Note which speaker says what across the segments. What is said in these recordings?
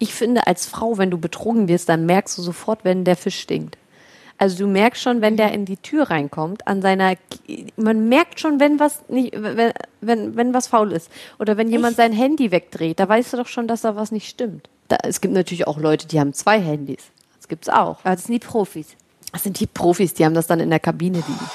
Speaker 1: Ich finde, als Frau, wenn du betrogen wirst, dann merkst du sofort, wenn der Fisch stinkt. Also du merkst schon, wenn der in die Tür reinkommt, an seiner, man merkt schon, wenn was nicht, wenn, wenn, wenn was faul ist. Oder wenn jemand
Speaker 2: Echt?
Speaker 1: sein Handy wegdreht, da weißt du doch schon, dass da was nicht stimmt. Da, es gibt natürlich auch Leute, die haben zwei Handys. Das gibt's auch.
Speaker 2: Aber das sind die Profis.
Speaker 1: Das sind die Profis, die haben das dann in der Kabine liegen.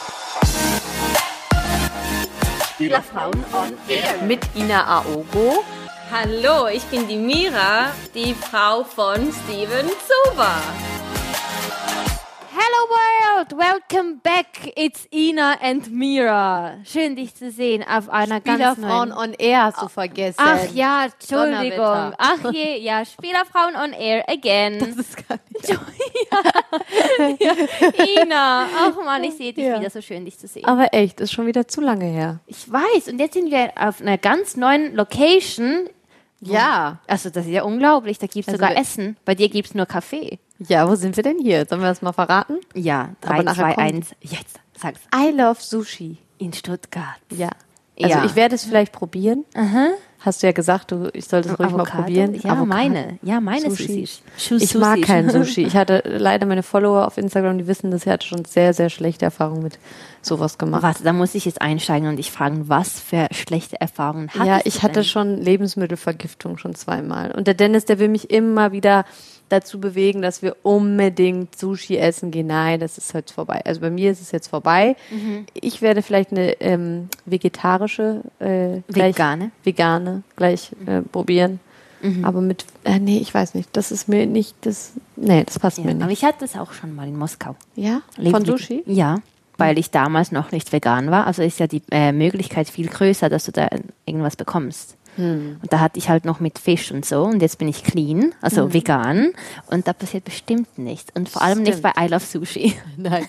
Speaker 2: Spielerfrauen on Air.
Speaker 1: Mit Ina Aogo.
Speaker 2: Hallo, ich bin die Mira, die Frau von Steven Zuber.
Speaker 3: Hello world, welcome back. It's Ina and Mira. Schön dich zu sehen auf einer ganz
Speaker 1: Spielerfrauen
Speaker 3: neuen.
Speaker 1: on Air hast du vergessen.
Speaker 3: Ach ja, Entschuldigung.
Speaker 1: Donnerwetter.
Speaker 3: Ach je, ja, Spielerfrauen on Air again.
Speaker 1: Das ist gar nicht.
Speaker 3: Ina, ach man, ich sehe dich
Speaker 1: Ja.
Speaker 3: wieder so schön, dich zu sehen.
Speaker 1: Aber echt, ist schon wieder zu lange her.
Speaker 3: Ich weiß, und jetzt sind wir auf einer ganz neuen Location.
Speaker 1: Ja.
Speaker 3: Also das ist ja unglaublich, da gibt's
Speaker 1: Also
Speaker 3: sogar
Speaker 1: wir-
Speaker 3: Essen. Bei dir gibt's nur Kaffee.
Speaker 1: Ja, wo sind wir denn hier? Sollen wir das mal verraten?
Speaker 3: Ja, drei,
Speaker 1: Aber nachher
Speaker 3: zwei,
Speaker 1: kommt-
Speaker 3: eins. jetzt, sag's.
Speaker 1: I love Sushi.
Speaker 3: In Stuttgart.
Speaker 1: Ja. Also
Speaker 3: Ja.
Speaker 1: ich werde es vielleicht probieren. Hast du ja gesagt, du, ich sollte es ruhig mal probieren.
Speaker 3: Ja,
Speaker 1: Avocado.
Speaker 3: meine. Ja, meine
Speaker 1: Sushi.
Speaker 3: Sushi.
Speaker 1: Ich mag kein Sushi. Ich hatte leider meine Follower auf Instagram, die wissen das, ich hatte schon sehr, sehr schlechte Erfahrungen mit sowas gemacht.
Speaker 3: Warte, da muss ich jetzt einsteigen und ich fragen, was für schlechte Erfahrungen hattest
Speaker 1: ja, ich
Speaker 3: du
Speaker 1: hatte
Speaker 3: denn?
Speaker 1: schon Lebensmittelvergiftung schon zweimal. Und der Dennis, der will mich immer wieder dazu bewegen, dass wir unbedingt Sushi essen gehen. Nein, das ist jetzt vorbei. Also bei mir ist es jetzt vorbei.
Speaker 3: Mhm.
Speaker 1: Ich werde vielleicht eine ähm, vegetarische, äh, gleich,
Speaker 3: Vegane? Mhm.
Speaker 1: vegane gleich äh, probieren. Aber mit, äh, nee, ich weiß nicht. Das ist mir nicht, das, nee, das passt mir
Speaker 3: Ja, aber
Speaker 1: nicht.
Speaker 3: ich hatte es auch schon mal in Moskau.
Speaker 1: Ja, von
Speaker 3: Lebensmittel-
Speaker 1: Sushi? Hm.
Speaker 3: Ja, weil ich damals noch nicht vegan war. Also ist ja die äh, Möglichkeit viel größer, dass du da irgendwas bekommst.
Speaker 1: Hm.
Speaker 3: Und da hatte ich halt noch mit Fisch und so und jetzt bin ich clean, also
Speaker 1: Hm.
Speaker 3: vegan und da passiert bestimmt nichts und vor allem nicht bei I Love Sushi.
Speaker 1: Nein.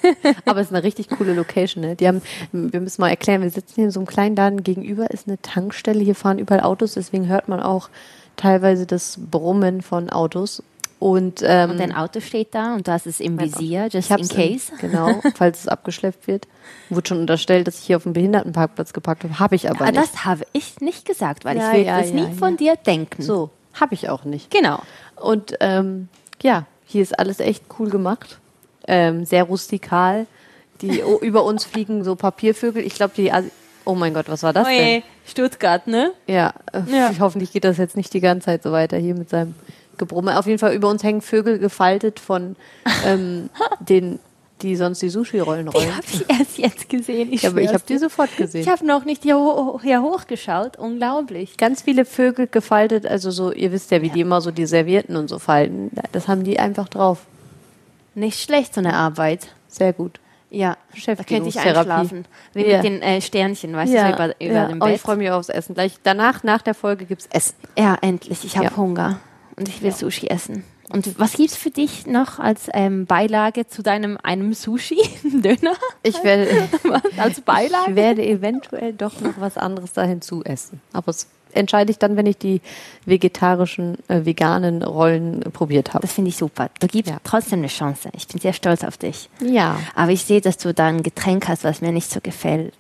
Speaker 1: Aber es ist eine richtig coole Location, ne? Die haben, wir müssen mal erklären, wir sitzen hier in so einem kleinen Laden, gegenüber ist eine Tankstelle, hier fahren überall Autos, deswegen hört man auch teilweise das Brummen von Autos. Und, ähm,
Speaker 3: Und dein Auto steht da und du hast es im Visier, just
Speaker 1: ich hab's
Speaker 3: in case.
Speaker 1: genau, falls es abgeschleppt wird. Wurde schon unterstellt, dass ich hier auf dem Behindertenparkplatz geparkt habe. Habe ich aber
Speaker 3: Aber
Speaker 1: nicht.
Speaker 3: Ah, das habe ich nicht gesagt, weil
Speaker 1: Ja,
Speaker 3: ich will
Speaker 1: ja,
Speaker 3: das nie
Speaker 1: ja, ja.
Speaker 3: von dir denken.
Speaker 1: so, habe ich auch nicht.
Speaker 3: Genau.
Speaker 1: Und ähm, ja, hier ist alles echt cool gemacht. Ähm, sehr rustikal. Die o- über uns fliegen so Papiervögel. Ich glaube, die. Asi- oh mein Gott, was war das denn?
Speaker 3: Stuttgart, ne?
Speaker 1: Ja, äh,
Speaker 3: Ja.
Speaker 1: Ich, hoffentlich geht das jetzt nicht die ganze Zeit so weiter hier mit seinem Gebrumme. Auf jeden Fall über uns hängen Vögel gefaltet von ähm, den, die sonst die Sushi-Rollen
Speaker 3: Die
Speaker 1: rollen.
Speaker 3: habe ich erst jetzt gesehen. Ich
Speaker 1: Ja, aber ich
Speaker 3: schwör's
Speaker 1: habe die
Speaker 3: dir.
Speaker 1: sofort gesehen.
Speaker 3: Ich habe noch nicht hier, ho hier hochgeschaut. Unglaublich.
Speaker 1: Ganz viele Vögel gefaltet, also so, ihr wisst ja, wie die immer so die Servietten und so falten. Das haben die einfach drauf.
Speaker 3: Nicht schlecht, so eine Arbeit.
Speaker 1: Sehr gut.
Speaker 3: Ja, da könnte ich
Speaker 1: Beschäftigungstherapie.
Speaker 3: einschlafen. Wie
Speaker 1: Ja.
Speaker 3: mit den äh, Sternchen, weißt du, so über, über dem
Speaker 1: Oh,
Speaker 3: Bett.
Speaker 1: ich freue mich aufs Essen. Gleich danach, nach der Folge gibt's Essen.
Speaker 3: ja, endlich. Ich habe
Speaker 1: Ja.
Speaker 3: Hunger und ich will Sushi essen. Und was gibt's für dich noch als ähm, Beilage zu deinem einem Sushi, Döner?
Speaker 1: Ich werde,
Speaker 3: als Beilage?
Speaker 1: ich werde eventuell doch noch was anderes da hinzu essen. Aber das entscheide ich dann, wenn ich die vegetarischen, äh, veganen Rollen äh, probiert habe.
Speaker 3: Das finde ich super. Du gibst
Speaker 1: Ja.
Speaker 3: trotzdem eine Chance. Ich bin sehr stolz auf dich.
Speaker 1: Ja.
Speaker 3: Aber ich sehe, dass du da ein Getränk hast, was mir nicht so gefällt.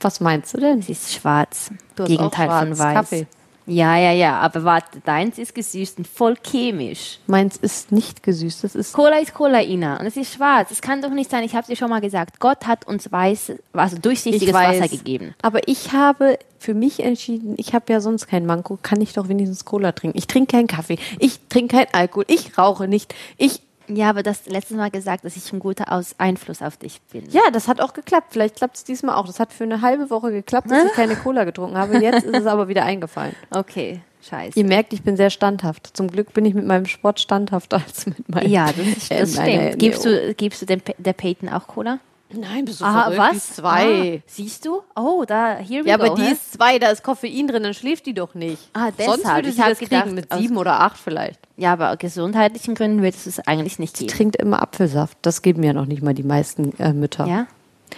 Speaker 1: Was meinst du denn?
Speaker 3: Es ist schwarz.
Speaker 1: Du hast
Speaker 3: Gegenteil
Speaker 1: auch
Speaker 3: von
Speaker 1: schwarz.
Speaker 3: weiß.
Speaker 1: Kaffee.
Speaker 3: Ja, ja, ja. Aber warte, deins ist gesüßt und voll chemisch.
Speaker 1: Meins ist nicht gesüßt. Das ist
Speaker 3: Cola ist Cola, Ina. Und es ist schwarz. Es kann doch nicht sein. Ich habe dir schon mal gesagt. Gott hat uns weiß, also durchsichtiges Wasser gegeben.
Speaker 1: Aber ich habe für mich entschieden, ich habe ja sonst kein Manko, kann ich doch wenigstens Cola trinken. Ich trinke keinen Kaffee, ich trinke keinen Alkohol, ich rauche nicht. Ich
Speaker 3: Ja, aber das letztes Mal gesagt, dass ich ein guter Aus Einfluss auf dich bin.
Speaker 1: ja, das hat auch geklappt. Vielleicht klappt es diesmal auch. Das hat für eine halbe Woche geklappt, dass ich keine Cola getrunken habe. Jetzt ist es aber wieder eingefallen.
Speaker 3: Okay, scheiße.
Speaker 1: Ihr merkt, ich bin sehr standhaft. Zum Glück bin ich mit meinem Sport standhafter als mit meinem.
Speaker 3: Ja, das, ist, das
Speaker 1: Ähm, eine-
Speaker 3: stimmt. Gibst du, gibst du dem, Pe- der Peyton auch Cola?
Speaker 1: Nein, bist du
Speaker 3: Ah,
Speaker 1: verrückt? Die
Speaker 3: was?
Speaker 1: ist Zwei.
Speaker 3: Ah, siehst du? Oh, da, here we
Speaker 1: Ja,
Speaker 3: go.
Speaker 1: aber die
Speaker 3: hä?
Speaker 1: ist zwei, da ist Koffein drin, dann schläft die doch nicht.
Speaker 3: Ah,
Speaker 1: Sonst
Speaker 3: deshalb.
Speaker 1: würde
Speaker 3: Ich
Speaker 1: sie
Speaker 3: hab
Speaker 1: das
Speaker 3: gedacht,
Speaker 1: kriegen mit
Speaker 3: aus-
Speaker 1: sieben oder acht vielleicht.
Speaker 3: ja, aber aus gesundheitlichen Gründen würdest du es eigentlich nicht geben.
Speaker 1: Trinkt immer Apfelsaft. Das geben ja noch nicht mal die meisten äh, Mütter.
Speaker 3: Ja?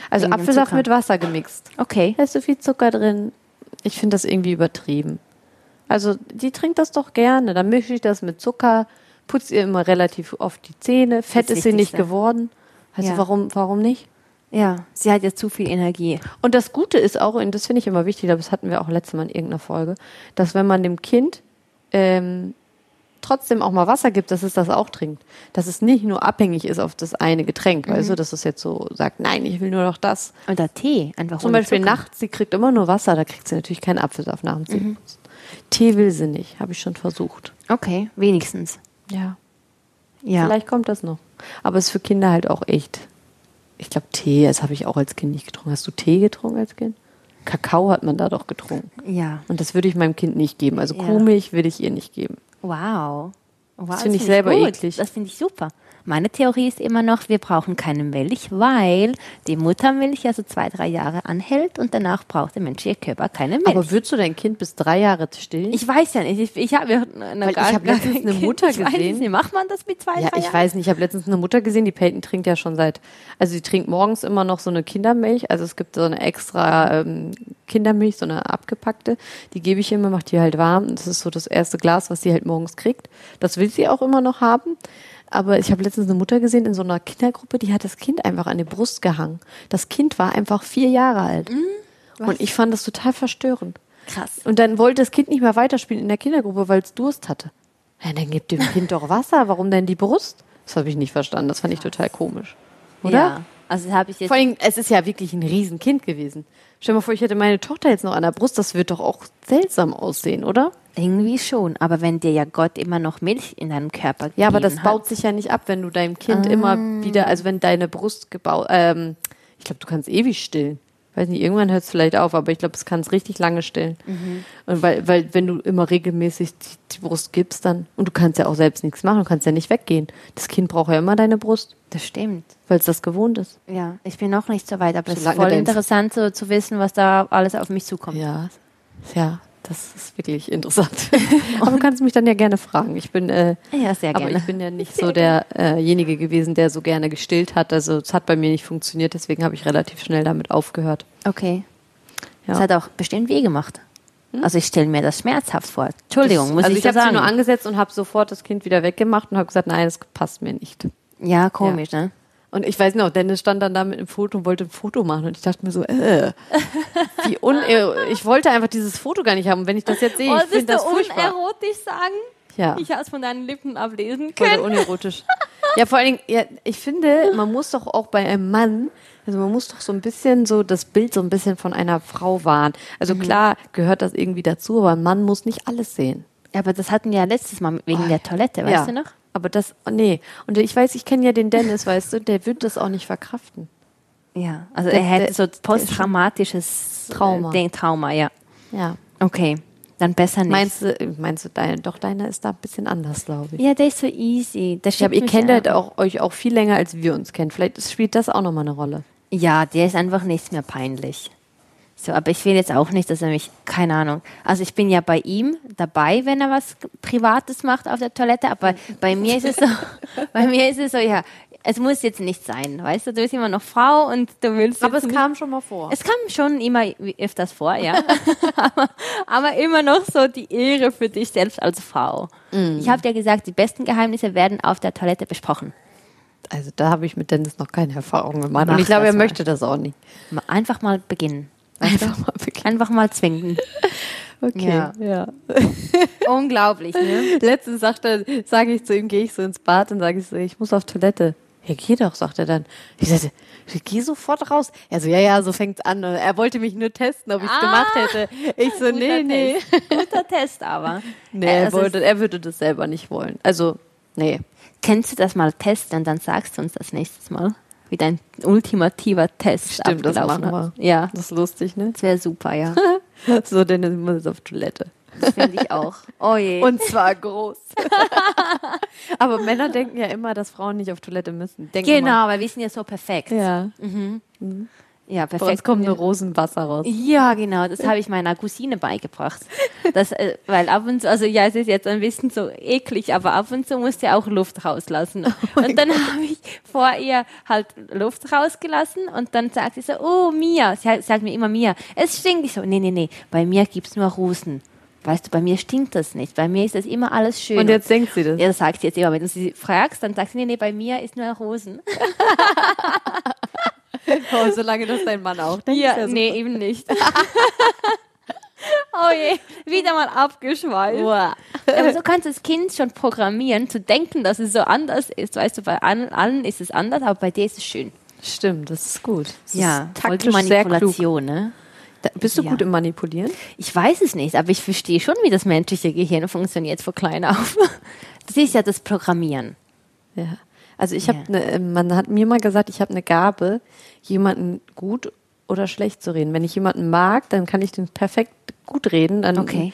Speaker 1: also
Speaker 3: wegen dem
Speaker 1: Apfelsaft
Speaker 3: Zucker.
Speaker 1: mit Wasser gemixt.
Speaker 3: Okay.
Speaker 1: Da ist so viel Zucker drin. Ich finde das irgendwie übertrieben. Also die trinkt das doch gerne. Dann mische ich das mit Zucker, putzt ihr immer relativ oft die Zähne. Fett
Speaker 3: Das
Speaker 1: ist sie nicht
Speaker 3: Wichtigste.
Speaker 1: geworden. Also
Speaker 3: Ja.
Speaker 1: warum, warum nicht?
Speaker 3: Ja, sie hat jetzt zu viel Energie.
Speaker 1: Und das Gute ist auch, und das finde ich immer wichtig, ich glaube, das hatten wir auch letztes Mal in irgendeiner Folge, dass wenn man dem Kind ähm, trotzdem auch mal Wasser gibt, dass es das auch trinkt. Dass es nicht nur abhängig ist auf das eine Getränk, weißt du, dass es jetzt so sagt, nein, ich will nur noch das.
Speaker 3: Oder Tee, einfach
Speaker 1: Zum
Speaker 3: ohne
Speaker 1: Beispiel
Speaker 3: Zucker.
Speaker 1: nachts, sie kriegt immer nur Wasser, da kriegt sie natürlich keinen Apfelsaft nach dem Zähneputzen. Tee will sie nicht, habe ich schon versucht.
Speaker 3: Okay, wenigstens.
Speaker 1: Ja.
Speaker 3: Ja.
Speaker 1: Vielleicht kommt das noch. Aber es ist für Kinder halt auch echt. Ich glaube, Tee, das habe ich auch als Kind nicht getrunken. Hast du Tee getrunken als Kind? Kakao hat man da doch getrunken.
Speaker 3: Ja.
Speaker 1: Und das würde ich meinem Kind nicht geben. Also
Speaker 3: Ja.
Speaker 1: Kuhmilch würde ich ihr nicht geben.
Speaker 3: Wow. wow das
Speaker 1: finde ich selber
Speaker 3: gut.
Speaker 1: eklig.
Speaker 3: Das finde ich super. Meine Theorie ist immer noch, wir brauchen keine Milch, weil die Muttermilch ja so zwei, drei Jahre anhält und danach braucht der menschliche Körper keine Milch.
Speaker 1: Aber würdest du dein Kind bis drei Jahre stillen?
Speaker 3: ich weiß ja nicht, ich, ich habe ja
Speaker 1: Weil
Speaker 3: noch
Speaker 1: ich habe letztens eine Mutter
Speaker 3: ich Weiß es
Speaker 1: gesehen.
Speaker 3: nicht. Macht man das mit zwei,
Speaker 1: ja,
Speaker 3: drei
Speaker 1: ich
Speaker 3: Jahren?
Speaker 1: weiß nicht. Ich habe letztens eine Mutter gesehen, die Peyton trinkt ja schon seit, also sie trinkt morgens immer noch so eine Kindermilch. Also es gibt so eine extra ähm, Kindermilch, so eine abgepackte. Die gebe ich ihr immer, macht die halt warm. Und Das ist so das erste Glas, was sie halt morgens kriegt. Das will sie auch immer noch haben. Aber ich habe letztens eine Mutter gesehen in so einer Kindergruppe, die hat das Kind einfach an die Brust gehangen. Das Kind war einfach vier Jahre alt. Und ich fand das total verstörend.
Speaker 3: Krass.
Speaker 1: Und dann wollte das Kind nicht mehr weiterspielen in der Kindergruppe, weil es Durst hatte. Ja, dann gib dem Kind doch Wasser. Warum denn die Brust? Das habe ich nicht verstanden. Das fand ich total komisch. Oder?
Speaker 3: Ja. Also das habe ich jetzt
Speaker 1: Vor allem, es ist ja wirklich ein Riesenkind gewesen. Stell dir mal vor, ich hätte meine Tochter jetzt noch an der Brust. Das wird doch auch seltsam aussehen, oder?
Speaker 3: irgendwie schon, aber wenn dir ja Gott immer noch Milch in deinem Körper
Speaker 1: Ja, aber das
Speaker 3: gegeben hat.
Speaker 1: baut sich ja nicht ab, wenn du deinem Kind immer wieder, also wenn deine Brust gebaut, ähm, ich glaube, du kannst ewig stillen. Weiß nicht, irgendwann hört es vielleicht auf, aber ich glaube, es kann es richtig lange stillen. Und weil, weil, wenn du immer regelmäßig die, die Brust gibst, dann, und du kannst ja auch selbst nichts machen, du kannst ja nicht weggehen. Das Kind braucht ja immer deine Brust,
Speaker 3: Das stimmt.
Speaker 1: weil es das gewohnt ist.
Speaker 3: Ja, ich bin noch nicht so weit, aber es ist
Speaker 1: Solange
Speaker 3: voll
Speaker 1: dein-
Speaker 3: interessant so, zu wissen, was da alles auf mich zukommt.
Speaker 1: Ja, ja, das ist wirklich interessant. aber du kannst mich dann ja gerne fragen. Ich bin, äh,
Speaker 3: Ja, sehr
Speaker 1: Aber
Speaker 3: gerne.
Speaker 1: ich bin ja nicht so derjenige gewesen, der so gerne gestillt hat. Also es hat bei mir nicht funktioniert, deswegen habe ich relativ schnell damit aufgehört.
Speaker 3: Okay.
Speaker 1: Ja.
Speaker 3: Das hat auch bestimmt weh gemacht. Also ich stelle mir das schmerzhaft vor. Entschuldigung, muss
Speaker 1: also
Speaker 3: ich,
Speaker 1: ich
Speaker 3: das
Speaker 1: habe sie
Speaker 3: sagen?
Speaker 1: nur angesetzt und habe sofort das Kind wieder weggemacht und habe gesagt, nein, das passt mir nicht.
Speaker 3: ja, komisch, ne?
Speaker 1: Und ich weiß noch, Dennis stand dann da mit einem Foto und wollte ein Foto machen und ich dachte mir so, äh, wie un äh, ich wollte einfach dieses Foto gar nicht haben. Und wenn ich das jetzt sehe,
Speaker 2: Oh,
Speaker 3: Oh,
Speaker 1: ich finde das furchtbar.
Speaker 2: sagen?
Speaker 1: Ja.
Speaker 2: habe es von deinen Lippen ablesen
Speaker 1: Voll unerotisch. Ja, vor allen Dingen, ja, ich finde, man muss doch auch bei einem Mann, also man muss doch so ein bisschen so das Bild so ein bisschen von einer Frau wahren. Also klar gehört das irgendwie dazu, aber ein Mann muss nicht alles sehen.
Speaker 3: Ja, aber das hatten wir ja letztes Mal wegen der Toilette, weißt
Speaker 1: ja.
Speaker 3: du noch?
Speaker 1: Aber das, oh, nee. Und ich weiß, ich kenne ja den Dennis, weißt du, der wird das auch nicht verkraften.
Speaker 3: Ja, also
Speaker 1: Der-
Speaker 3: er hätte
Speaker 1: der-
Speaker 3: so
Speaker 1: der ist
Speaker 3: posttraumatisches
Speaker 1: Trauma.
Speaker 3: Äh, Ding- Trauma, ja.
Speaker 1: Ja.
Speaker 3: Okay, dann besser nicht.
Speaker 1: Meinst du, meinst du, deine, doch deiner ist da ein bisschen anders, glaube ich.
Speaker 3: ja, der ist so easy. Das
Speaker 1: Ich glaube, ihr
Speaker 3: schickt
Speaker 1: kennt
Speaker 3: mich
Speaker 1: halt
Speaker 3: an.
Speaker 1: auch, euch auch viel länger, als wir uns kennen. Vielleicht ist- spielt das auch nochmal eine Rolle.
Speaker 3: Ja, der ist einfach nichts mehr peinlich. So, aber ich will jetzt auch nicht, dass er mich, keine Ahnung. Also ich bin ja bei ihm dabei, wenn er was Privates macht auf der Toilette, aber bei mir ist es so, bei mir ist es so, ja, es muss jetzt nicht sein, weißt du, du bist immer noch Frau und du willst.
Speaker 1: Aber
Speaker 3: jetzt
Speaker 1: es
Speaker 3: nicht-
Speaker 1: kam schon mal vor.
Speaker 3: Es kam schon immer wie- öfters vor, ja. aber, aber immer noch so die Ehre für dich selbst als Frau. Ich habe dir gesagt, die besten Geheimnisse werden auf der Toilette besprochen.
Speaker 1: Also da habe ich mit Dennis noch keine Erfahrung gemacht.
Speaker 3: Mach
Speaker 1: und ich glaube, er
Speaker 3: das mal.
Speaker 1: möchte das auch nicht.
Speaker 3: Ma- Einfach mal beginnen.
Speaker 1: Einfach mal beginnen.
Speaker 3: Einfach mal zwingen.
Speaker 1: Okay.
Speaker 3: Ja. Unglaublich, ne?
Speaker 1: Letztens sagt er, sage ich zu ihm, gehe ich so ins Bad und sage ich so, ich muss auf Toilette. Ja, geh doch, sagt er dann. Ich sagte, geh sofort raus. Er so, ja, ja, so fängt's an. Und Er wollte mich nur testen, ob ich's
Speaker 3: Ah.
Speaker 1: gemacht hätte. Ich so, nee, nee.
Speaker 3: Guter Test, aber.
Speaker 1: Nee,
Speaker 3: Äh,
Speaker 1: er,
Speaker 3: also
Speaker 1: wollte, er würde das selber nicht wollen. Also, nee.
Speaker 3: es- Kennst du das mal testen und dann sagst du uns das nächstes Mal, wie dein ultimativer Test
Speaker 1: Stimmt, das
Speaker 3: abgelaufen
Speaker 1: machen
Speaker 3: hat. Ja,
Speaker 1: Das ist lustig, ne?
Speaker 3: das wäre super, ja.
Speaker 1: So, Dennis muss jetzt auf Toilette.
Speaker 3: Das finde ich auch. Oh je.
Speaker 1: Und zwar groß. Aber Männer denken ja immer, dass Frauen nicht auf Toilette müssen. Denken
Speaker 3: genau, weil wir sind ja so perfekt.
Speaker 1: Immer. Ja.
Speaker 3: Genau. Ja,
Speaker 1: Bei uns
Speaker 3: perfekt.
Speaker 1: kommt nur Rosenwasser raus.
Speaker 3: Ja, genau, das habe ich meiner Cousine beigebracht. Das, äh, weil ab und zu, also ja, es ist jetzt ein bisschen so eklig, aber ab und zu musste er auch Luft rauslassen.
Speaker 1: Oh
Speaker 3: und dann habe ich vor ihr halt Luft rausgelassen und dann sagt sie so, oh, Mia, sie hat- sagt mir immer Mia, es stinkt. Ich so, nee, nee, nee, bei mir gibt's nur Rosen. Weißt du, bei mir stinkt das nicht, bei mir ist das immer alles schön.
Speaker 1: Und jetzt denkt sie das.
Speaker 3: Ja, das sagt sie jetzt immer. Wenn du sie fragst, dann sagt sie, nee, nee, bei mir ist nur Rosen.
Speaker 1: Oh, solange das dein Mann auch denkt.
Speaker 3: Ja,
Speaker 1: ist ja super.
Speaker 3: nee, eben nicht. Oh je, wieder mal abgeschweift.
Speaker 1: Uah.
Speaker 3: Aber so kannst du das Kind schon programmieren, zu denken, dass es so anders ist. Weißt du, bei an- allen ist es anders, aber bei dir ist es schön.
Speaker 1: Stimmt, das ist gut. Das ist
Speaker 3: voll die
Speaker 1: taktisch sehr klug.
Speaker 3: ne?
Speaker 1: Da, bist du
Speaker 3: Ja.
Speaker 1: gut im Manipulieren?
Speaker 3: Ich weiß es nicht, aber ich verstehe schon, wie das menschliche Gehirn funktioniert von klein auf. Das ist ja das Programmieren.
Speaker 1: Ja. Also ich habe,
Speaker 3: Ja.
Speaker 1: ne, äh, man hat mir mal gesagt, ich habe eine Gabe, jemanden gut oder schlecht zu reden. Wenn ich jemanden mag, dann kann ich den perfekt gut reden. Dann,
Speaker 3: Okay.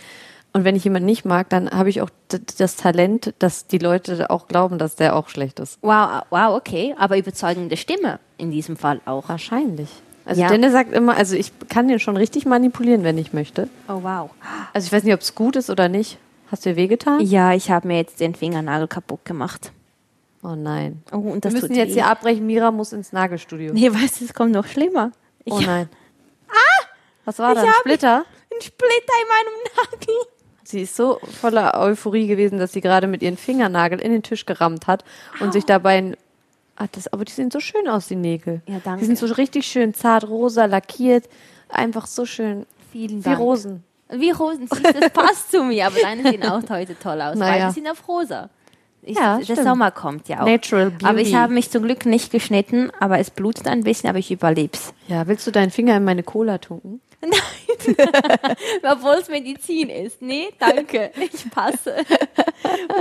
Speaker 1: Und wenn ich jemanden nicht mag, dann habe ich auch d- d- das Talent, dass die Leute auch glauben, dass der auch schlecht ist.
Speaker 3: Wow, wow, okay. Aber überzeugende Stimme in diesem Fall auch.
Speaker 1: Wahrscheinlich. Also
Speaker 3: Ja.
Speaker 1: Dennis sagt immer, also ich kann den schon richtig manipulieren, wenn ich möchte.
Speaker 3: Oh, wow.
Speaker 1: Also ich weiß nicht, ob es gut ist oder nicht. Hast du dir wehgetan?
Speaker 3: Ja, ich habe mir jetzt den Fingernagel kaputt gemacht.
Speaker 1: Oh nein.
Speaker 3: Oh, und
Speaker 1: Wir
Speaker 3: das
Speaker 1: müssen
Speaker 3: tut
Speaker 1: jetzt
Speaker 3: weh.
Speaker 1: hier abbrechen. Mira muss ins Nagelstudio.
Speaker 3: Nee, weißt du, es kommt noch schlimmer. Ich
Speaker 1: Oh
Speaker 3: habe
Speaker 1: nein. Ah! Was war da? Ein
Speaker 3: hab-
Speaker 1: Splitter?
Speaker 3: einen Splitter in meinem Nagel.
Speaker 1: Sie ist so voller Euphorie gewesen, dass sie gerade mit ihren Fingernagel in den Tisch gerammt hat und sich dabei ein Ah, das, aber die sehen so schön aus, die Nägel.
Speaker 3: Ja, danke.
Speaker 1: Die sind so richtig schön zart, rosa, lackiert. Einfach so schön.
Speaker 3: Vielen
Speaker 1: Wie
Speaker 3: Dank.
Speaker 1: Rosen.
Speaker 3: Wie Rosen, siehst, das passt zu mir, aber deine sehen auch heute toll aus.
Speaker 1: Naja.
Speaker 3: Beide sind auf rosa. Ich,
Speaker 1: Ja,
Speaker 3: der
Speaker 1: stimmt.
Speaker 3: Sommer kommt ja auch.
Speaker 1: Natural Beauty.
Speaker 3: Aber ich habe mich zum Glück nicht geschnitten, aber es blutet ein bisschen, aber ich überleb's.
Speaker 1: Ja, willst du deinen Finger in meine Cola tunken?
Speaker 3: Obwohl es Medizin ist. Nee, danke. Ich passe.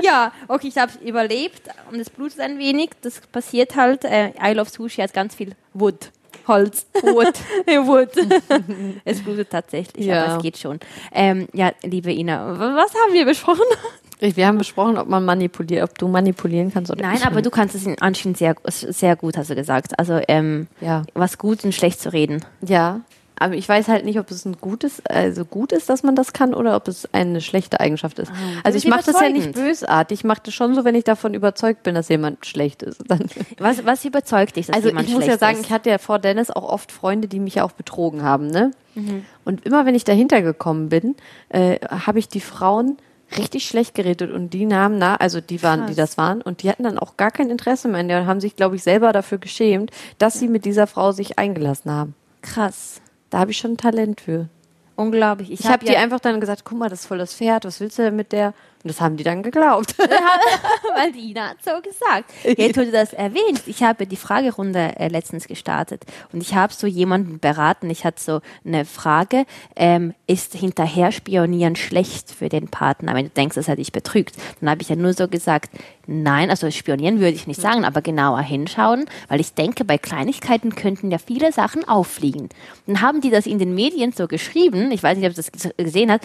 Speaker 3: ja, okay, ich habe überlebt und es blutet ein wenig. Das passiert halt. Äh, I Love Sushi hat ganz viel Wood. Holz. Wood. Wood. es blutet tatsächlich,
Speaker 1: Ja.
Speaker 3: aber es geht schon. Ähm, ja, liebe Ina, w- was haben wir besprochen?
Speaker 1: Wir haben besprochen, ob man manipuliert, ob du manipulieren kannst oder
Speaker 3: Nein,
Speaker 1: ich.
Speaker 3: aber du kannst es in- anscheinend sehr, sehr gut, hast du gesagt. Also, ähm,
Speaker 1: Ja.
Speaker 3: was gut und schlecht zu reden.
Speaker 1: Ja, aber ich weiß halt nicht, ob es ein gutes, also gut ist, dass man das kann oder ob es eine schlechte Eigenschaft ist. also
Speaker 3: ist
Speaker 1: ich mache das ja nicht
Speaker 3: überzeugend.
Speaker 1: bösartig, ich mache das schon so, wenn ich davon überzeugt bin, dass jemand schlecht ist. Dann
Speaker 3: Was, was überzeugt dich, dass
Speaker 1: also ich
Speaker 3: jemand
Speaker 1: muss ja
Speaker 3: schlecht
Speaker 1: sagen,
Speaker 3: ist?
Speaker 1: ich hatte ja vor Dennis auch oft Freunde, die mich ja auch betrogen haben, ne?
Speaker 3: Mhm.
Speaker 1: Und immer wenn ich dahinter gekommen bin, äh, habe ich die Frauen richtig schlecht geredet und die nahmen na, also die waren, die das waren und die hatten dann auch gar kein Interesse mehr an der und haben sich, glaube ich, selber dafür geschämt, dass sie mit dieser Frau sich eingelassen haben.
Speaker 3: krass.
Speaker 1: Da habe ich schon Talent für.
Speaker 3: Unglaublich. Ich,
Speaker 1: Ich habe
Speaker 3: hab
Speaker 1: die einfach dann gesagt, guck mal, das ist voll das Pferd, was willst du denn mit der? Und das haben die dann geglaubt.
Speaker 3: Weil die Ina hat so gesagt. Jetzt, wo du das erwähnst, ich habe die Fragerunde äh, letztens gestartet und ich habe so jemanden beraten. Ich hatte so eine Frage, ähm, ist hinterher spionieren schlecht für den Partner? Wenn du denkst, das hat dich betrügt, dann habe ich ja nur so gesagt, nein, also spionieren würde ich nicht sagen, aber genauer hinschauen, weil ich denke, bei Kleinigkeiten könnten ja viele Sachen auffliegen. Dann haben die das in den Medien so geschrieben, ich weiß nicht, ob du das g- gesehen hast,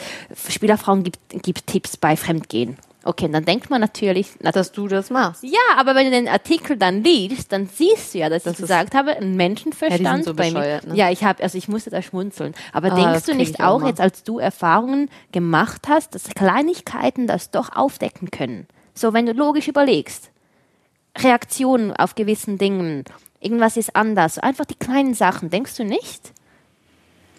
Speaker 3: Spielerfrauen gibt, gibt Tipps bei Fremdgehen. Okay, und dann denkt man natürlich, na,
Speaker 1: Dass du das machst.
Speaker 3: ja, aber wenn du den Artikel dann liest, dann siehst du ja, dass ich gesagt habe, ein Menschenverstand
Speaker 1: Ja, die sind so
Speaker 3: bei mir.
Speaker 1: bescheuert, ne?
Speaker 3: Ja, ich habe, also ich musste da schmunzeln. Aber
Speaker 1: Ah, das
Speaker 3: denkst du
Speaker 1: krieg
Speaker 3: nicht
Speaker 1: ich auch
Speaker 3: auch
Speaker 1: mal.
Speaker 3: jetzt, als du Erfahrungen gemacht hast, dass Kleinigkeiten das doch aufdecken können? So, wenn du logisch überlegst, Reaktionen auf gewissen Dingen, irgendwas ist anders, einfach die kleinen Sachen, denkst du nicht?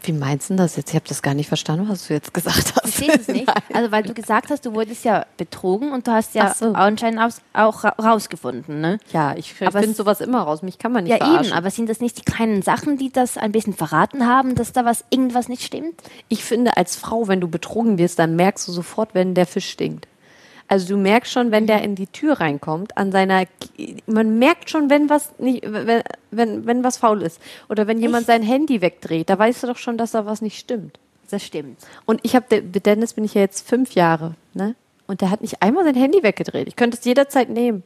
Speaker 1: Wie meinst du das jetzt? Ich habe das gar nicht verstanden, was du jetzt gesagt hast.
Speaker 3: Verstehst du es nicht? Also, weil du gesagt hast, du wurdest ja betrogen und du hast ja
Speaker 1: Ach so.
Speaker 3: anscheinend aus- auch ra- rausgefunden, ne?
Speaker 1: Ja, ich
Speaker 3: Aber
Speaker 1: finde
Speaker 3: es-
Speaker 1: sowas immer raus. Mich kann man nicht
Speaker 3: Ja,
Speaker 1: verarschen.
Speaker 3: eben, aber sind das nicht die kleinen Sachen, die das ein bisschen verraten haben, dass da was irgendwas nicht stimmt?
Speaker 1: ich finde, als Frau, wenn du betrogen wirst, dann merkst du sofort, wenn der Fisch stinkt. Also du merkst schon, wenn der in die Tür reinkommt, an seiner, K- man merkt schon, wenn was nicht, wenn, wenn, wenn was faul ist. Oder wenn jemand
Speaker 3: Echt?
Speaker 1: sein Handy wegdreht, da weißt du doch schon, dass da was nicht stimmt.
Speaker 3: Das stimmt.
Speaker 1: Und ich habe, mit Dennis bin ich ja jetzt fünf Jahre, ne? Und der hat nicht einmal sein Handy weggedreht. Ich könnte es jederzeit nehmen.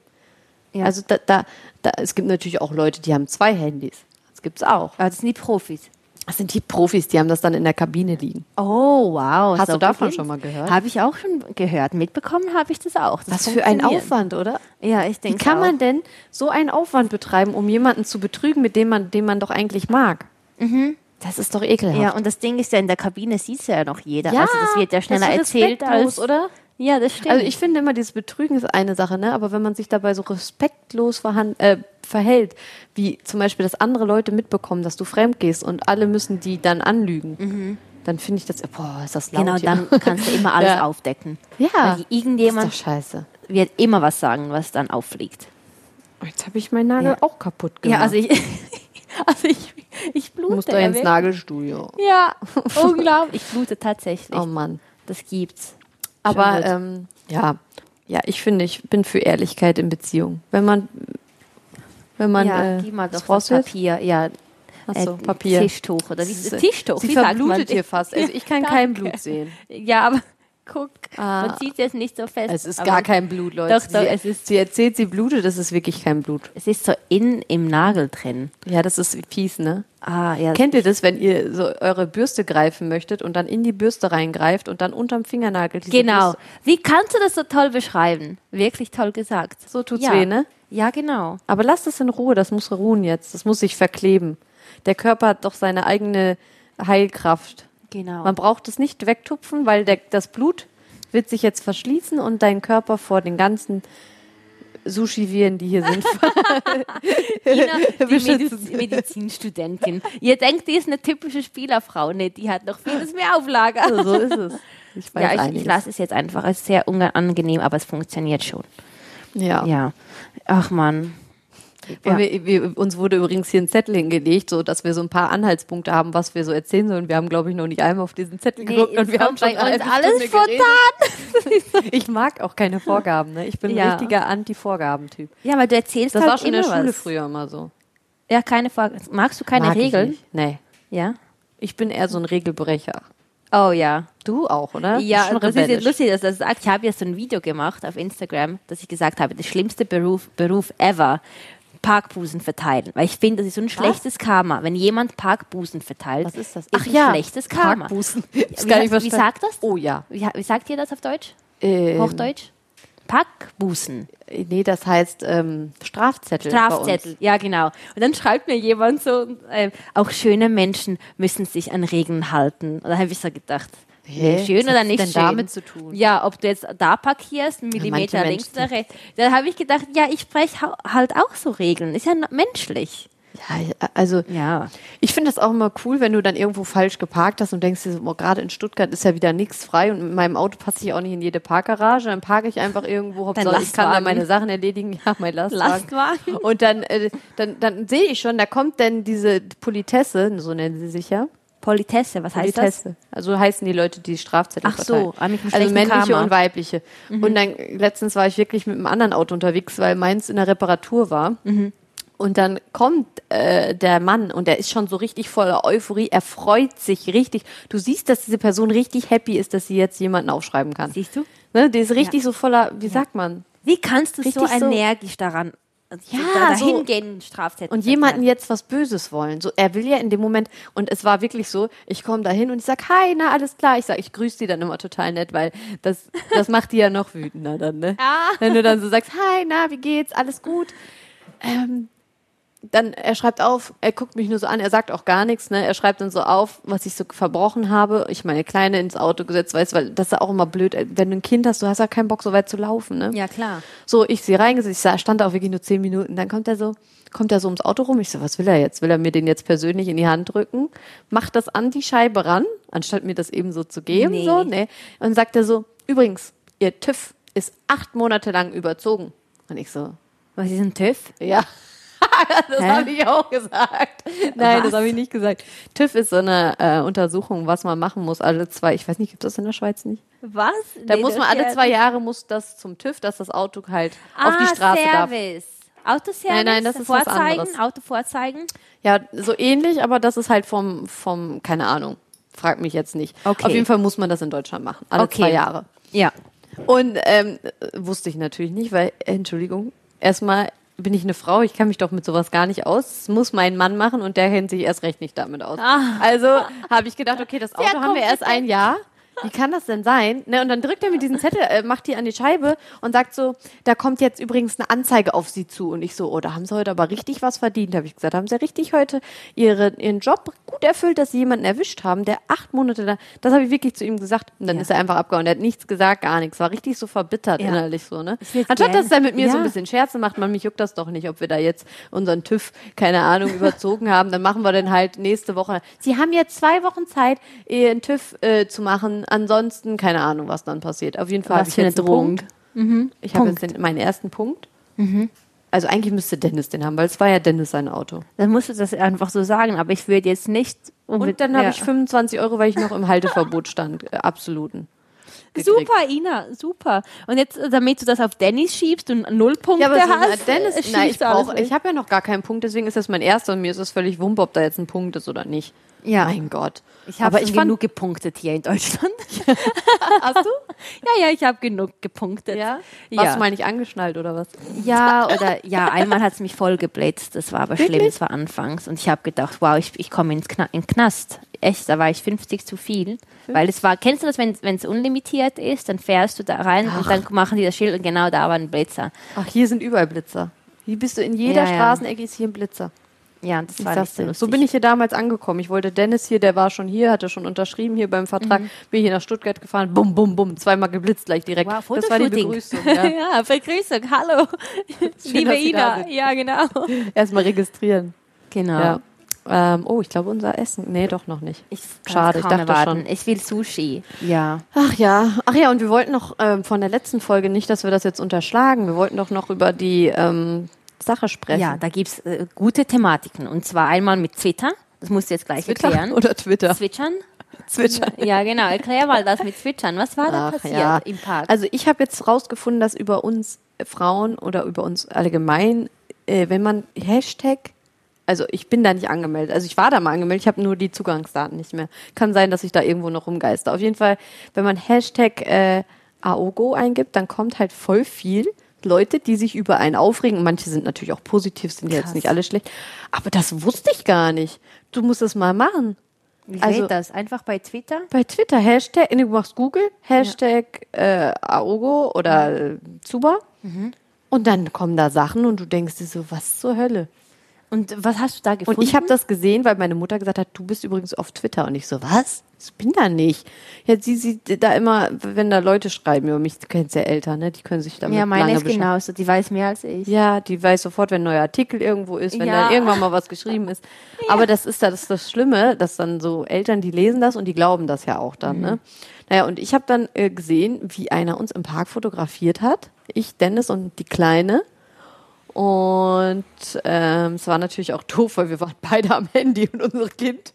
Speaker 3: Ja.
Speaker 1: Also da, da, da, es gibt natürlich auch Leute, die haben zwei Handys. Das gibt's auch.
Speaker 3: Aber das sind die Profis.
Speaker 1: Das sind die Profis, die haben das dann in der Kabine liegen.
Speaker 3: Oh, wow.
Speaker 1: Hast du davon
Speaker 3: geht's.
Speaker 1: schon mal gehört?
Speaker 3: Habe ich auch schon gehört. Mitbekommen habe ich das auch. Das
Speaker 1: Was für ein
Speaker 3: funktioniert.
Speaker 1: Aufwand, oder?
Speaker 3: Ja, ich
Speaker 1: Wie
Speaker 3: denke
Speaker 1: kann
Speaker 3: auch.
Speaker 1: man denn so einen Aufwand betreiben, um jemanden zu betrügen, mit dem man, den man doch eigentlich mag?
Speaker 3: Mhm.
Speaker 1: Das ist doch ekelhaft.
Speaker 3: Ja, und das Ding ist ja, in der Kabine sieht ja noch jeder. also das wird ja schneller
Speaker 1: ist so
Speaker 3: erzählt als...
Speaker 1: respektlos, oder?
Speaker 3: Ja, das stimmt.
Speaker 1: Also ich finde immer, dieses Betrügen ist eine Sache, ne? aber wenn man sich dabei so respektlos verhan- äh, verhält, wie zum Beispiel, dass andere Leute mitbekommen, dass du fremd gehst und alle müssen die dann anlügen, dann finde ich das, boah, ist das laut
Speaker 3: Mhm. genau,
Speaker 1: hier.
Speaker 3: dann kannst du immer alles
Speaker 1: Ja.
Speaker 3: aufdecken.
Speaker 1: Ja,
Speaker 3: Weil
Speaker 1: ist
Speaker 3: irgendjemand
Speaker 1: doch scheiße.
Speaker 3: wird immer was sagen, was dann auffliegt. Genau.
Speaker 1: Jetzt habe ich meinen Nagel
Speaker 3: Ja.
Speaker 1: auch kaputt gemacht.
Speaker 3: Ja, also ich, also ich, Ich blute.
Speaker 1: Musst du ins
Speaker 3: erwähnt.
Speaker 1: Nagelstudio.
Speaker 3: Ja, unglaublich. Ich blute tatsächlich.
Speaker 1: Oh Mann.
Speaker 3: Das gibt's. äh,
Speaker 1: Aber
Speaker 3: Schon gut.
Speaker 1: ähm, ja, ja, ich finde, ich bin für Ehrlichkeit in Beziehung. Wenn man, wenn man,
Speaker 3: ja,
Speaker 1: äh,
Speaker 3: gib mal doch das
Speaker 1: brauchst du jetzt?
Speaker 3: Papier. Ja,
Speaker 1: Achso,
Speaker 3: äh,
Speaker 1: Papier.
Speaker 3: Tischtuch oder wie
Speaker 1: Sie-
Speaker 3: Tischtuch.
Speaker 1: Sie
Speaker 3: wie sagt man?
Speaker 1: verblutet hier fast. Also ich kann kein
Speaker 3: Danke.
Speaker 1: Blut sehen.
Speaker 3: Ja, aber guck,
Speaker 1: Ah.
Speaker 3: man sieht jetzt nicht so fest.
Speaker 1: Es ist
Speaker 3: aber
Speaker 1: gar kein Blut, Leute.
Speaker 3: Doch, doch,
Speaker 1: sie,
Speaker 3: es ist-
Speaker 1: sie erzählt, sie blutet, das ist wirklich kein Blut.
Speaker 3: Es ist so in im Nagel drin.
Speaker 1: Ja, das ist fies, ne?
Speaker 3: Ah, ja.
Speaker 1: Kennt ihr das, wenn ihr so eure Bürste greifen möchtet und dann in die Bürste reingreift und dann unterm Fingernagel diese
Speaker 3: genau.
Speaker 1: Bürste,
Speaker 3: Wie kannst du das so toll beschreiben? Wirklich toll gesagt.
Speaker 1: so tut's
Speaker 3: ja.
Speaker 1: weh, ne?
Speaker 3: Ja, genau.
Speaker 1: Aber lasst es in Ruhe, das muss ruhen jetzt, das muss sich verkleben. Der Körper hat doch seine eigene Heilkraft.
Speaker 3: Genau.
Speaker 1: Man braucht es nicht wegtupfen, weil der, das Blut wird sich jetzt verschließen und deinen Körper vor den ganzen Sushi-Viren, die hier sind.
Speaker 3: Tina, die
Speaker 1: Beschützen.
Speaker 3: Mediz Medizinstudentin. Ihr denkt, die ist eine typische Spielerfrau. Nee, die hat noch vieles mehr auf Lager.
Speaker 1: Also so ist es. Ich weiß
Speaker 3: Ja, ich, ich
Speaker 1: einiges.
Speaker 3: lasse es jetzt einfach. Es ist sehr unangenehm, aber es funktioniert schon.
Speaker 1: ja.
Speaker 3: Ja. Ach man.
Speaker 1: Und Wir, wir, uns wurde übrigens hier ein Zettel hingelegt, so dass wir so ein paar Anhaltspunkte haben, was wir so erzählen sollen. Wir haben, glaube ich, noch nicht einmal auf diesen Zettel
Speaker 3: Nee,
Speaker 1: geguckt und
Speaker 3: es
Speaker 1: wir haben
Speaker 3: kommt
Speaker 1: schon
Speaker 3: bei
Speaker 1: eine
Speaker 3: uns
Speaker 1: halbe
Speaker 3: alles
Speaker 1: Stunde geredet. Ich mag auch keine Vorgaben. Ne? Ich bin ein
Speaker 3: Ja.
Speaker 1: richtiger Anti-Vorgaben-Typ.
Speaker 3: Ja, weil du erzählst
Speaker 1: Das
Speaker 3: halt
Speaker 1: war schon in
Speaker 3: immer
Speaker 1: der Schule
Speaker 3: was.
Speaker 1: früher immer so.
Speaker 3: Ja, keine Frage. Magst du keine
Speaker 1: Mag ich
Speaker 3: Regeln?
Speaker 1: nicht. Nee.
Speaker 3: Ja.
Speaker 1: Ich bin eher so ein Regelbrecher.
Speaker 3: Oh ja.
Speaker 1: Du auch, oder?
Speaker 3: Ja,
Speaker 1: schon
Speaker 3: das ist jetzt
Speaker 1: rebellisch.
Speaker 3: lustig, dass du das sagst. Ich habe ja so ein Video gemacht auf Instagram, dass ich gesagt habe, der schlimmste Beruf, Beruf ever, Parkbusen verteilen. Weil ich finde, das ist so ein schlechtes Karma. Wenn jemand Parkbusen verteilt,
Speaker 1: Was ist das?
Speaker 3: Ach
Speaker 1: Ist ein
Speaker 3: ja,
Speaker 1: schlechtes
Speaker 3: Karma.
Speaker 1: Parkbußen.
Speaker 3: Wie, sa- wie sagt das?
Speaker 1: Oh ja.
Speaker 3: Wie, ha- wie sagt ihr das auf Deutsch?
Speaker 1: Ähm,
Speaker 3: Hochdeutsch? Parkbusen.
Speaker 1: Nee, das heißt ähm, Strafzettel. bei uns.
Speaker 3: Strafzettel, ja genau. Und dann schreibt mir jemand so, ähm, auch schöne Menschen müssen sich an Regeln halten. Und da habe ich so gedacht,
Speaker 1: Hä?
Speaker 3: nee, schön
Speaker 1: Was
Speaker 3: oder
Speaker 1: hat's
Speaker 3: nicht
Speaker 1: denn
Speaker 3: schön.
Speaker 1: damit zu tun?
Speaker 3: Ja, ob du jetzt da parkierst, einen
Speaker 1: manche
Speaker 3: Millimeter links
Speaker 1: Menschen
Speaker 3: oder rechts. Da habe ich gedacht, ja, ich breche hau- halt auch so Regeln. Ist ja no- menschlich.
Speaker 1: Ja, also
Speaker 3: Ja.
Speaker 1: Ich finde das auch immer cool, wenn du dann irgendwo falsch geparkt hast und denkst dir so, boah, gerade in Stuttgart ist ja wieder nichts frei und mit meinem Auto passe ich auch nicht in jede Parkgarage. Dann parke ich einfach irgendwo, Hauptsache ich kann da
Speaker 3: Lastwagen.
Speaker 1: meine Sachen erledigen. Ja, mein Lastwagen.
Speaker 3: Lastwagen.
Speaker 1: Und dann, äh, dann, dann sehe ich schon, da kommt dann diese Politesse, so nennen sie sich ja.
Speaker 3: Politesse, was heißt das?
Speaker 1: Politesse. Also heißen die Leute, die Strafzettel
Speaker 3: Ach so, ah,
Speaker 1: verteilen.
Speaker 3: mit dem
Speaker 1: also
Speaker 3: schlechten
Speaker 1: männliche
Speaker 3: Karma. Mhm.
Speaker 1: und weibliche. Und dann äh, letztens war ich wirklich mit einem anderen Auto unterwegs, weil meins in der Reparatur war.
Speaker 3: Mhm.
Speaker 1: Und dann kommt äh, der Mann und der ist schon so richtig voller Euphorie. Er freut sich richtig. Du siehst, dass diese Person richtig happy ist, dass sie jetzt jemanden aufschreiben kann.
Speaker 3: Siehst du?
Speaker 1: Ne? Die ist richtig so voller, wie sagt man?
Speaker 3: Wie kannst du so
Speaker 1: Richtig so.
Speaker 3: energisch daran ja,
Speaker 1: Ja, so.
Speaker 3: dahin gehen, Strafzettel?
Speaker 1: und jemanden jetzt was Böses wollen. So, er will ja in dem Moment, und es war wirklich so, ich komme da hin und ich sag, hi, na, alles klar. Ich sag, ich grüße die dann immer total nett, weil das, das macht die ja noch wütender dann, ne?
Speaker 3: Ah.
Speaker 1: Wenn du dann so sagst, hi, na, wie geht's, alles gut. Ähm, dann, er schreibt auf, er guckt mich nur so an, er sagt auch gar nichts, ne? Er schreibt dann so auf, was ich so verbrochen habe. Ich meine Kleine ins Auto gesetzt, weißt du, weil das ist ja auch immer blöd. Wenn du ein Kind hast, du hast ja keinen Bock, so weit zu laufen, ne?
Speaker 3: Ja, klar.
Speaker 1: So, ich sie reingesetzt, ich sa- stand da auch wirklich nur zehn Minuten. Dann kommt er so, kommt er so ums Auto rum. Ich so, was will er jetzt? Will er mir den jetzt persönlich in die Hand drücken? Macht das an die Scheibe ran, anstatt mir das eben so zu geben.
Speaker 3: Nee.
Speaker 1: So, nee. Und sagt er so, übrigens, ihr TÜV ist acht Monate lang überzogen. Und ich so,
Speaker 3: Was ist ein TÜV?
Speaker 1: ja. das
Speaker 3: Hä?
Speaker 1: habe ich auch gesagt. Nein, das
Speaker 3: Was?
Speaker 1: habe ich nicht gesagt. TÜV ist so eine äh, Untersuchung, was man machen muss alle zwei. Ich weiß nicht, gibt es das in der Schweiz nicht?
Speaker 3: Was?
Speaker 1: Da muss man alle zwei Jahre muss das zum TÜV, dass das Auto halt auf
Speaker 3: Ah,
Speaker 1: die Straße darf.
Speaker 3: Service. Autoservice?
Speaker 1: Nein, nein, das ist was
Speaker 3: vorzeigen,
Speaker 1: anderes.
Speaker 3: Auto vorzeigen.
Speaker 1: Ja, so ähnlich, aber das ist halt vom, vom keine Ahnung, frag mich jetzt nicht.
Speaker 3: Okay.
Speaker 1: Auf jeden Fall muss man das in Deutschland machen, alle
Speaker 3: Okay.
Speaker 1: zwei Jahre.
Speaker 3: Ja.
Speaker 1: Und ähm, äh, wusste ich natürlich nicht, weil, äh, Entschuldigung, erstmal bin ich eine Frau, ich kann mich doch mit sowas gar nicht aus. Das muss mein Mann machen und der kennt sich erst recht nicht damit aus.
Speaker 3: Ah.
Speaker 1: Also habe ich gedacht, okay, das Auto haben wir erst ein Jahr. Wie kann das denn sein? Ne, und dann drückt er mir diesen Zettel, äh, macht die an die Scheibe und sagt so, da kommt jetzt übrigens eine Anzeige auf Sie zu. Und ich so, oh, da haben Sie heute aber richtig was verdient, habe ich gesagt. Haben Sie richtig heute ihre, Ihren Job gut erfüllt, dass Sie jemanden erwischt haben, der acht Monate da, das habe ich wirklich zu ihm gesagt. Und dann
Speaker 3: Ja.
Speaker 1: ist er einfach abgehauen. Er hat nichts gesagt, gar nichts. War richtig so verbittert
Speaker 3: Ja.
Speaker 1: innerlich so, ne?
Speaker 3: Ich will's
Speaker 1: Anstatt,
Speaker 3: gerne.
Speaker 1: dass er mit mir so ein
Speaker 3: Ja.
Speaker 1: bisschen Scherze macht, man, mich juckt das doch nicht, ob wir da jetzt unseren TÜV, keine Ahnung, überzogen haben, dann machen wir den halt nächste Woche. Sie haben jetzt zwei Wochen Zeit, ihren TÜV äh, zu machen. Ansonsten, keine Ahnung, was dann passiert. Auf jeden Fall
Speaker 3: Was
Speaker 1: habe ich
Speaker 3: für eine
Speaker 1: jetzt einen
Speaker 3: Drohung.
Speaker 1: Punkt. Ich habe jetzt
Speaker 3: Punkt.
Speaker 1: den, meinen ersten Punkt. Also eigentlich müsste Dennis den haben, weil es war ja Dennis sein Auto.
Speaker 3: Dann musst du das einfach so sagen, aber ich würde jetzt nicht.
Speaker 1: Und dann habe ich 25 Euro, weil ich noch im Halteverbot stand, äh, absoluten. gekriegt.
Speaker 3: Super, Ina, super. Und jetzt, damit du das auf Dennis schiebst und null Punkte
Speaker 1: Ja, aber so
Speaker 3: hast,
Speaker 1: hast, Dennis,
Speaker 3: äh, schiebst
Speaker 1: nein, ich,
Speaker 3: du alles
Speaker 1: brauch-
Speaker 3: weg.
Speaker 1: ich habe ja noch gar keinen Punkt, deswegen ist das mein erster und mir ist es völlig wumpe, ob da jetzt ein Punkt ist oder nicht.
Speaker 3: Ja.
Speaker 1: Mein Gott.
Speaker 3: Ich habe
Speaker 1: Aber
Speaker 3: schon
Speaker 1: ich fand-
Speaker 3: genug gepunktet hier in Deutschland.
Speaker 1: Hast du?
Speaker 3: ja, ja, ich habe genug gepunktet.
Speaker 1: Ja?
Speaker 3: Ja.
Speaker 1: Warst du mal nicht angeschnallt oder was?
Speaker 3: Ja, oder ja, einmal hat's mich voll geblitzt. Das war aber schlimm,
Speaker 1: Wirklich?
Speaker 3: das war anfangs. Und ich habe gedacht, wow, ich, ich komme ins Kna in den Knast. Echt, da war ich 50 zu viel. Weil es war, kennst du das, wenn es unlimitiert ist, dann fährst du da rein und dann machen die das Schild und genau da war ein Blitzer.
Speaker 1: Ach, hier sind überall Blitzer. Hier bist du in jeder
Speaker 3: Ja, ja.
Speaker 1: Straßenecke ist hier ein Blitzer.
Speaker 3: Ja, und das
Speaker 1: Ich
Speaker 3: war
Speaker 1: sag's
Speaker 3: nicht so
Speaker 1: dir.
Speaker 3: lustig.
Speaker 1: So bin ich hier damals angekommen. Ich wollte Dennis hier, der war schon hier, hatte schon unterschrieben hier beim Vertrag. Bin hier nach Stuttgart gefahren, bum, bum, bum, zweimal geblitzt gleich direkt.
Speaker 3: Wow,
Speaker 1: das war die
Speaker 3: Fotoshooting.
Speaker 1: Begrüßung. Ja.
Speaker 3: ja, Vergrüßung, hallo. Liebe
Speaker 1: dass Sie da
Speaker 3: Ina.
Speaker 1: sind.
Speaker 3: Ja, genau.
Speaker 1: Erstmal registrieren.
Speaker 3: Genau.
Speaker 1: Ja. Ähm, oh, ich glaube, unser Essen. Nee, doch noch nicht.
Speaker 3: Ich
Speaker 1: Schade, ich
Speaker 3: kann's kaum
Speaker 1: dachte
Speaker 3: erwarten.
Speaker 1: schon.
Speaker 3: Ich will Sushi. Ja.
Speaker 1: Ach ja, ach ja, und wir wollten noch ähm, von der letzten Folge nicht, dass wir das jetzt unterschlagen. Wir wollten doch noch über die ähm, Sache sprechen.
Speaker 3: Ja, da gibt's äh, gute Thematiken. Und zwar einmal mit Twitter. Das musst du jetzt gleich
Speaker 1: Twitter
Speaker 3: erklären.
Speaker 1: oder Twitter?
Speaker 3: Zwitschern?
Speaker 1: Twitter.
Speaker 3: Ja, genau. Erklär mal das mit Zwitschern. Was war da
Speaker 1: Ach,
Speaker 3: passiert
Speaker 1: ja.
Speaker 3: im Park?
Speaker 1: Also ich habe jetzt rausgefunden, dass über uns Frauen oder über uns allgemein, äh, wenn man Hashtag, also ich bin da nicht angemeldet, also ich war da mal angemeldet, ich habe nur die Zugangsdaten nicht mehr. Kann sein, dass ich da irgendwo noch rumgeister. Auf jeden Fall, wenn man Hashtag äh, AOGO eingibt, dann kommt halt voll viel. Leute, die sich über einen aufregen, manche sind natürlich auch positiv, sind ja jetzt
Speaker 3: Krass.
Speaker 1: nicht alle schlecht, aber das wusste ich gar nicht. Du musst es mal machen.
Speaker 3: Wie
Speaker 1: also-
Speaker 3: geht das? Einfach bei Twitter?
Speaker 1: Bei Twitter, Hashtag, nee, du machst Google, Hashtag äh, Aogo oder äh, Zuba.
Speaker 3: Mhm.
Speaker 1: Und dann kommen da Sachen und du denkst dir so, was zur Hölle?
Speaker 3: Und was hast du da gefunden?
Speaker 1: Und ich habe das gesehen, weil meine Mutter gesagt hat, du bist übrigens auf Twitter. Und ich so, was? Ich bin da nicht. Ja, sie sieht da immer, wenn da Leute schreiben über mich, du kennst ja Eltern, ne? die können sich damit
Speaker 3: ja, meine
Speaker 1: lange
Speaker 3: ist
Speaker 1: beschäftigen.
Speaker 3: genau genauso. Die weiß mehr als ich.
Speaker 1: Ja, die weiß sofort, wenn ein neuer Artikel irgendwo ist, wenn
Speaker 3: Ja.
Speaker 1: dann irgendwann mal was geschrieben ist. Aber das ist da das, ist das Schlimme, dass dann so Eltern, die lesen das und die glauben das ja auch dann. Ne? Naja, und ich habe dann äh, gesehen, wie einer uns im Park fotografiert hat. Ich, Dennis und die Kleine. Und ähm, es war natürlich auch doof, weil wir waren beide am Handy und unser Kind.